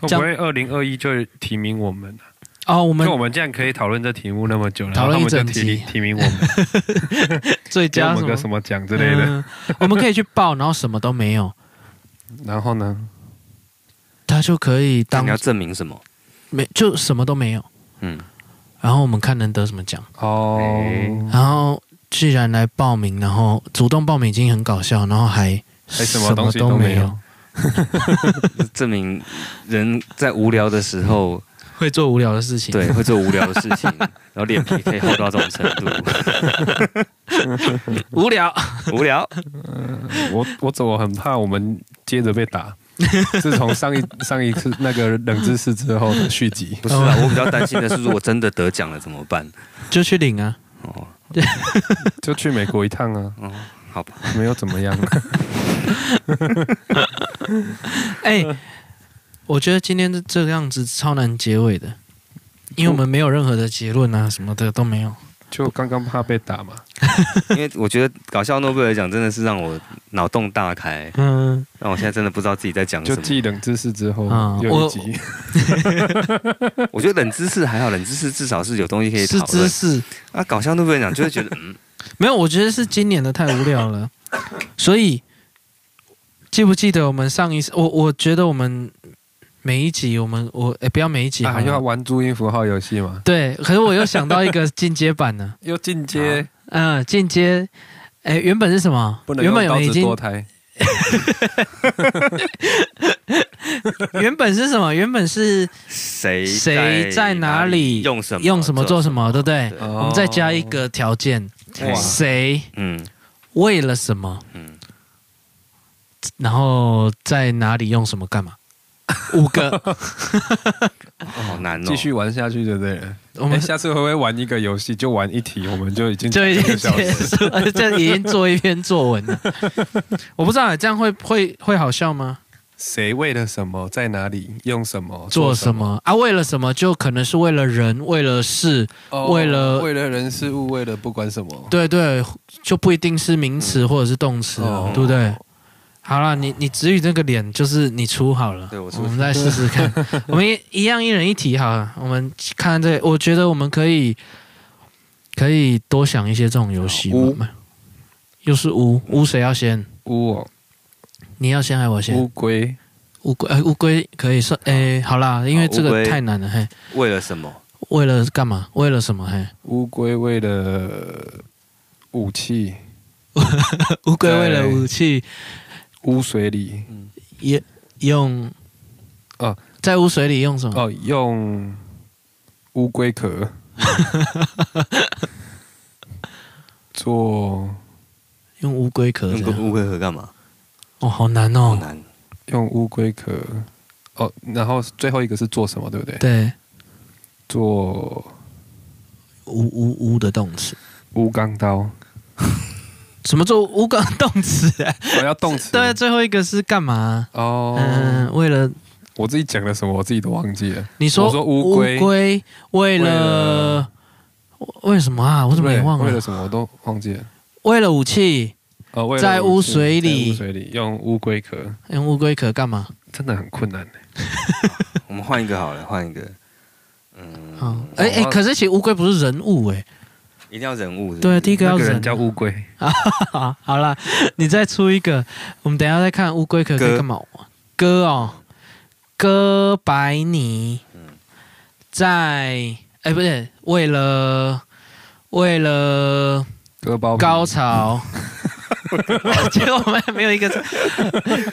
Speaker 3: 会不会二零二一就提名我们啊？
Speaker 1: 哦，我们
Speaker 3: 就我们这样可以讨论这题目那么久，然
Speaker 1: 讨
Speaker 3: 后
Speaker 1: 论
Speaker 3: 他
Speaker 1: 一
Speaker 3: 们就
Speaker 1: 整
Speaker 3: 提
Speaker 1: 集
Speaker 3: 提名 我们，
Speaker 1: 最
Speaker 3: 给我
Speaker 1: 佳
Speaker 3: 们
Speaker 1: 什
Speaker 3: 个
Speaker 1: 么
Speaker 3: 什么奖之类的。
Speaker 1: 嗯我们可以去报，然后什么都没有，
Speaker 3: 然后呢？
Speaker 1: 他就可以当
Speaker 2: 你要证明什么？
Speaker 1: 没就什么都没有，
Speaker 2: 嗯，
Speaker 1: 然后我们看能得什么奖，
Speaker 3: 哦，
Speaker 2: 哎
Speaker 1: 然后既然来报名，然后主动报名已经很搞笑，然后还
Speaker 3: 还哎什么东西
Speaker 1: 都
Speaker 3: 都没有
Speaker 1: 有，
Speaker 2: 证明人在无聊的时 候，
Speaker 1: 会做无聊的事情，
Speaker 2: 对，会做无聊的事情， 然后脸皮可以厚到这种程 度，
Speaker 1: 无聊。
Speaker 2: 无聊。
Speaker 3: 我我走，我很怕我们接着被 打。自从上一上一次那个冷知识之后的续集，
Speaker 2: 不是啊，我比较担心的是，如果真的得奖了怎么办？
Speaker 1: 就去领啊。
Speaker 2: 哦，
Speaker 3: 就去美国一趟啊，
Speaker 2: 哦，好吧，
Speaker 3: 没有怎么样。
Speaker 1: 哎、我觉得今天这个样子超难结尾的，因为我们没有任何的结论啊，什么的都没有。
Speaker 3: 就刚刚怕被打嘛，
Speaker 2: 因为我觉得搞笑诺贝尔奖真的是让我脑洞大开，
Speaker 1: 嗯，
Speaker 2: 让我现在真的不知道自己在讲
Speaker 3: 就
Speaker 2: 什
Speaker 3: 记
Speaker 2: 么。
Speaker 3: 冷知识之后
Speaker 1: 啊
Speaker 3: 又
Speaker 1: 我
Speaker 3: 一集，
Speaker 2: 我觉得冷知识还好，冷知识至少是有东西可以
Speaker 1: 是
Speaker 2: 讨
Speaker 1: 知
Speaker 2: 论。
Speaker 1: 识，
Speaker 2: 啊，搞笑诺贝尔奖就会觉得， 嗯，
Speaker 1: 没有，我觉得是今年的太无聊了，所以记不记得我们上一次？我我觉得我们每一集我们我哎诶不要每一集好
Speaker 3: 啊，又
Speaker 1: 了
Speaker 3: 要玩注音符号游戏嘛，
Speaker 1: 对，可是我又想到一个进阶版的，
Speaker 3: 又进
Speaker 2: 啊
Speaker 3: 阶，
Speaker 1: 嗯，进阶，诶，原本是什么
Speaker 3: 不？能
Speaker 1: 原
Speaker 3: 用
Speaker 1: 本我
Speaker 3: 刀
Speaker 1: 们已
Speaker 3: 子
Speaker 1: 经
Speaker 3: 多胎，
Speaker 1: 原本是什么？原本是
Speaker 2: 谁
Speaker 1: 谁在哪里
Speaker 2: 用什么
Speaker 1: 用什么做什么，对不对？
Speaker 2: 对
Speaker 3: 哦
Speaker 1: 我们再加一个条件：
Speaker 2: 哇
Speaker 1: 谁
Speaker 2: 嗯
Speaker 1: 为了什么，
Speaker 2: 嗯，
Speaker 1: 然后在哪里用什么干嘛？ 五 个，
Speaker 2: 好难哦。
Speaker 3: 继续玩下去就对了。
Speaker 1: 我
Speaker 3: 我们
Speaker 1: 们
Speaker 3: 下次会不会玩一个游戏，就玩一题，我们就已经
Speaker 1: 就已
Speaker 3: 一
Speaker 1: 经
Speaker 3: 个小
Speaker 1: 结
Speaker 3: 时。
Speaker 1: 束了， 就已经做一篇作文 了。我不知道这样会会会好笑吗？
Speaker 3: 谁为了什么，在哪里，用什么，
Speaker 1: 做什？么啊？为了什么？就可能是为了人，为了事，
Speaker 3: 哦
Speaker 1: 为了
Speaker 3: 为了人事物，为了不管什么。
Speaker 1: 对对，就不一定是名词或者是动词啊
Speaker 3: 嗯哦，
Speaker 1: 对不对？好了，你你子宇这个脸就是你出好了，
Speaker 2: 对我出
Speaker 1: 我们再试试 看，我们一一样一人一题好了，我们看这我觉得我们可以可以多想一些这种游戏
Speaker 2: 啊
Speaker 3: 好
Speaker 1: 嘛。又是乌乌谁要先？
Speaker 3: 乌哦
Speaker 1: 你要先还是我先？
Speaker 3: 乌龟，
Speaker 1: 乌龟呃乌龟可以算诶，好啦，因为
Speaker 2: 好
Speaker 1: 这
Speaker 2: 啊乌
Speaker 1: 个
Speaker 2: 龟
Speaker 1: 太难了嘿。
Speaker 2: 为了什么？
Speaker 1: 为了干嘛？为了什么嘿？
Speaker 3: 乌龟为了武器，
Speaker 1: 乌龟为了
Speaker 3: 对
Speaker 1: 武器
Speaker 3: 污水里
Speaker 1: 也用
Speaker 3: 哦，
Speaker 1: 在污水里用什么？
Speaker 3: 哦，用乌 龟壳做，
Speaker 1: 用乌龟壳
Speaker 3: 啊
Speaker 2: 用
Speaker 1: 这
Speaker 2: 个
Speaker 1: 样，
Speaker 2: 乌龟壳干嘛？
Speaker 1: 哦，好难
Speaker 2: 好
Speaker 1: 哦。
Speaker 2: 难。
Speaker 3: 用乌龟壳哦，然后最后一个是做什么，对不对？
Speaker 1: 对，
Speaker 3: 做
Speaker 1: 乌乌乌的动词，
Speaker 3: 乌钢刀，
Speaker 1: 什么做乌龟动 词、啊？
Speaker 3: 我要动 词。
Speaker 1: 对，最后一个是干嘛、
Speaker 3: 哦，
Speaker 1: 嗯，为了
Speaker 3: 我自己讲了什么，我自己都忘记了。
Speaker 1: 你说
Speaker 3: 我说乌龟
Speaker 1: 龟为
Speaker 3: 为
Speaker 1: 了
Speaker 3: 了
Speaker 1: 为什么啊？我怎么也忘
Speaker 3: 为
Speaker 1: 了
Speaker 3: 了？什么我都忘记了。
Speaker 1: 为了武器
Speaker 3: 哦，为了
Speaker 1: 在
Speaker 3: 武
Speaker 1: 污
Speaker 3: 器
Speaker 1: 水
Speaker 3: 在
Speaker 1: 里
Speaker 3: 污水里用乌龟壳，
Speaker 1: 用乌龟壳干嘛？
Speaker 3: 真的很困难。欸
Speaker 2: 我们换一个好了，换一个。嗯，
Speaker 1: 嗯，哎、哎、
Speaker 3: 我
Speaker 1: 可是其实乌龟不是人物哎、
Speaker 2: 一定要人物是不是。
Speaker 1: 对，第一个
Speaker 3: 那
Speaker 1: 要
Speaker 3: 个
Speaker 1: 人
Speaker 3: 人叫乌龟，
Speaker 1: 啊。 好啦，你再出一个，我们等一下再看乌龟壳可以
Speaker 2: 哥
Speaker 1: 干嘛？哥哦，哥白尼
Speaker 2: 嗯
Speaker 1: 在哎、不对，为了为了
Speaker 3: 割包皮
Speaker 1: 高潮，结果我们没有一个 字。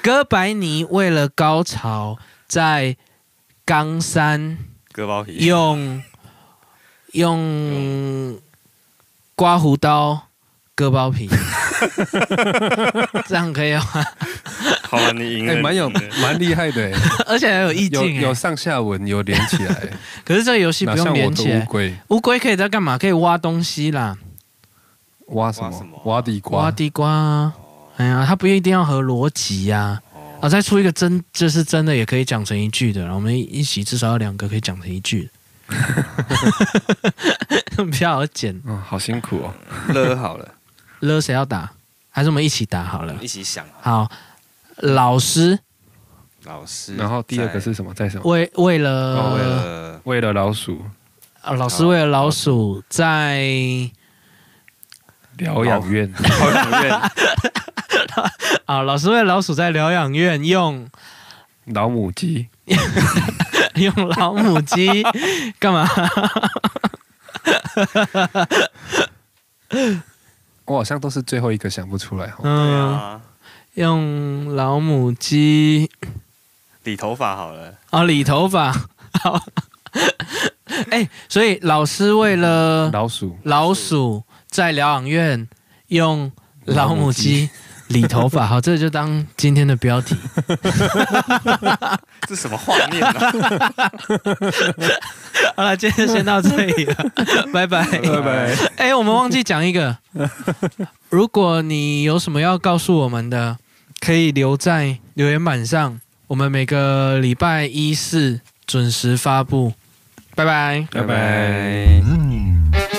Speaker 1: 哥白尼为了高潮，在冈山
Speaker 2: 割包皮。
Speaker 1: 用用刮胡刀割包 皮，这样可以吗？
Speaker 2: 好了，你赢了。
Speaker 3: 哎，蛮有
Speaker 2: 你赢了
Speaker 3: 蛮厉害的，
Speaker 1: 而且还有意
Speaker 3: 有
Speaker 1: 境
Speaker 3: 有
Speaker 1: 耶。
Speaker 3: 上下文，有连起 来，
Speaker 1: 可是这个游欸戏不
Speaker 3: 哪
Speaker 1: 用
Speaker 3: 像我
Speaker 1: 连起
Speaker 3: 的乌
Speaker 1: 来。
Speaker 3: 龟
Speaker 1: 乌龟可以在干嘛？可以挖东西啦，
Speaker 3: 挖什
Speaker 2: 挖什么
Speaker 3: 么？挖地瓜
Speaker 1: 挖，地瓜啊。哎呀，它不一定要合逻辑呀、
Speaker 3: 哦
Speaker 1: 啊。啊，再出一个真，就是真的也可以讲成一句的。然后我们一一起至少要两个可以讲成一句 的，比较好剪。
Speaker 3: 嗯，好辛苦哦。
Speaker 2: 乐好 了，
Speaker 1: 了谁要打？还是我们一起打好了
Speaker 2: 一？起想好。
Speaker 1: 好，老师
Speaker 2: 老师，
Speaker 3: 然后第二个是什么？在什么？
Speaker 1: 为为了、
Speaker 3: 哦
Speaker 2: 为了
Speaker 3: 为了老鼠
Speaker 1: 啊老师为了老鼠在
Speaker 3: 疗养院，
Speaker 2: 好人院
Speaker 1: 啊，老师为了老鼠在疗养院用
Speaker 3: 老母鸡
Speaker 1: 用老母 鸡干嘛？
Speaker 3: 我好像都是最后一个想不出来哦。
Speaker 2: 对
Speaker 1: 嗯，
Speaker 2: 啊，
Speaker 1: 用老母鸡
Speaker 2: 理头发好了，
Speaker 1: 啊理头发。好， 哎、所以老师为了
Speaker 3: 老鼠
Speaker 1: 老鼠在疗养院用老母鸡理头发。好，这就当今天的标题。
Speaker 2: 这什么画面啊？
Speaker 1: 好了，今天就先到这里了， 拜拜。
Speaker 3: 拜拜。
Speaker 1: 哎、我们忘记讲一个，如果你有什么要告诉我们的，可以留在留言板上，我们每个礼拜一四准时发布，拜拜。
Speaker 3: 拜
Speaker 2: 拜
Speaker 3: 拜
Speaker 2: 拜。